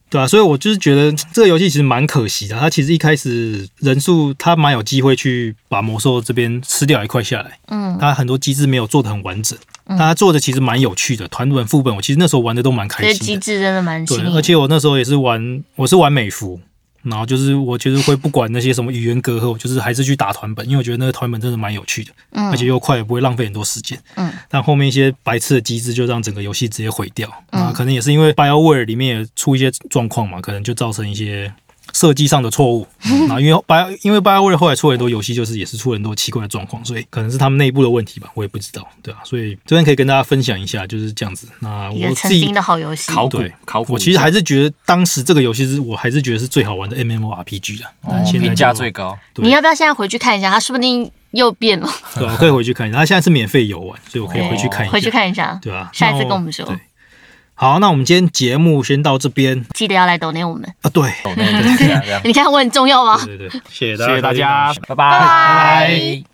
[SPEAKER 2] 对啊，所以我就是觉得这个游戏其实蛮可惜的。它其实一开始人数它蛮有机会去把魔兽这边吃掉一块下来，
[SPEAKER 1] 嗯，
[SPEAKER 2] 它很多机制没有做的很完整，它做的其实蛮有趣的。团本副本我其实那时候玩的都蛮
[SPEAKER 1] 这
[SPEAKER 2] 开
[SPEAKER 1] 个
[SPEAKER 2] 心
[SPEAKER 1] 机
[SPEAKER 2] 的，
[SPEAKER 1] 制真的蛮
[SPEAKER 2] 对
[SPEAKER 1] 新，颖。
[SPEAKER 2] 而且我那时候也是玩，我是玩美服。然后就是我就是会不管那些什么语言隔阂，我就是还是去打团本，因为我觉得那个团本真的蛮有趣的，
[SPEAKER 1] 嗯
[SPEAKER 2] 而且又快，也不会浪费很多时间。
[SPEAKER 1] 嗯，
[SPEAKER 2] 但后面一些白痴的机制就让整个游戏直接毁掉。
[SPEAKER 1] 嗯
[SPEAKER 2] 啊，可能也是因为 BioWare 里面也出一些状况嘛，可能就造成一些设计上的错 误。嗯然后因为 Bio 因为 BioWare 后来出了很多游戏，就是也是出了很多奇怪的状况，所以可能是他们内部的问题吧，我也不知道，对啊，所以这边可以跟大家分享一下，就是这样子。那
[SPEAKER 1] 一个
[SPEAKER 2] 我
[SPEAKER 1] 曾
[SPEAKER 2] 自己
[SPEAKER 1] 经的好游戏，
[SPEAKER 3] 考古
[SPEAKER 2] 对
[SPEAKER 3] 考古一下，
[SPEAKER 2] 我其实还是觉得当时这个游戏是我还是觉得是最好玩的 MMORPG 的，
[SPEAKER 1] 哦
[SPEAKER 2] 但现在就
[SPEAKER 3] 评价最高，
[SPEAKER 2] 对
[SPEAKER 1] 你要不要现在回去看一下？它说不定又变了，
[SPEAKER 2] 对啊，我可以回去看一下。它现在是免费游玩，所以我可以回去看一下，
[SPEAKER 1] 哦回去看一下。
[SPEAKER 2] 对啊，
[SPEAKER 1] 下一次
[SPEAKER 2] 那
[SPEAKER 1] 跟我们说
[SPEAKER 2] 对好，那我们今天节目先到这边
[SPEAKER 1] 记得要来抖内我们。
[SPEAKER 2] 啊，对，
[SPEAKER 3] 对对对对对对
[SPEAKER 1] 你看我很重要吗？
[SPEAKER 2] 对对对，谢谢大 家，
[SPEAKER 3] 谢谢大家，拜拜
[SPEAKER 1] 拜拜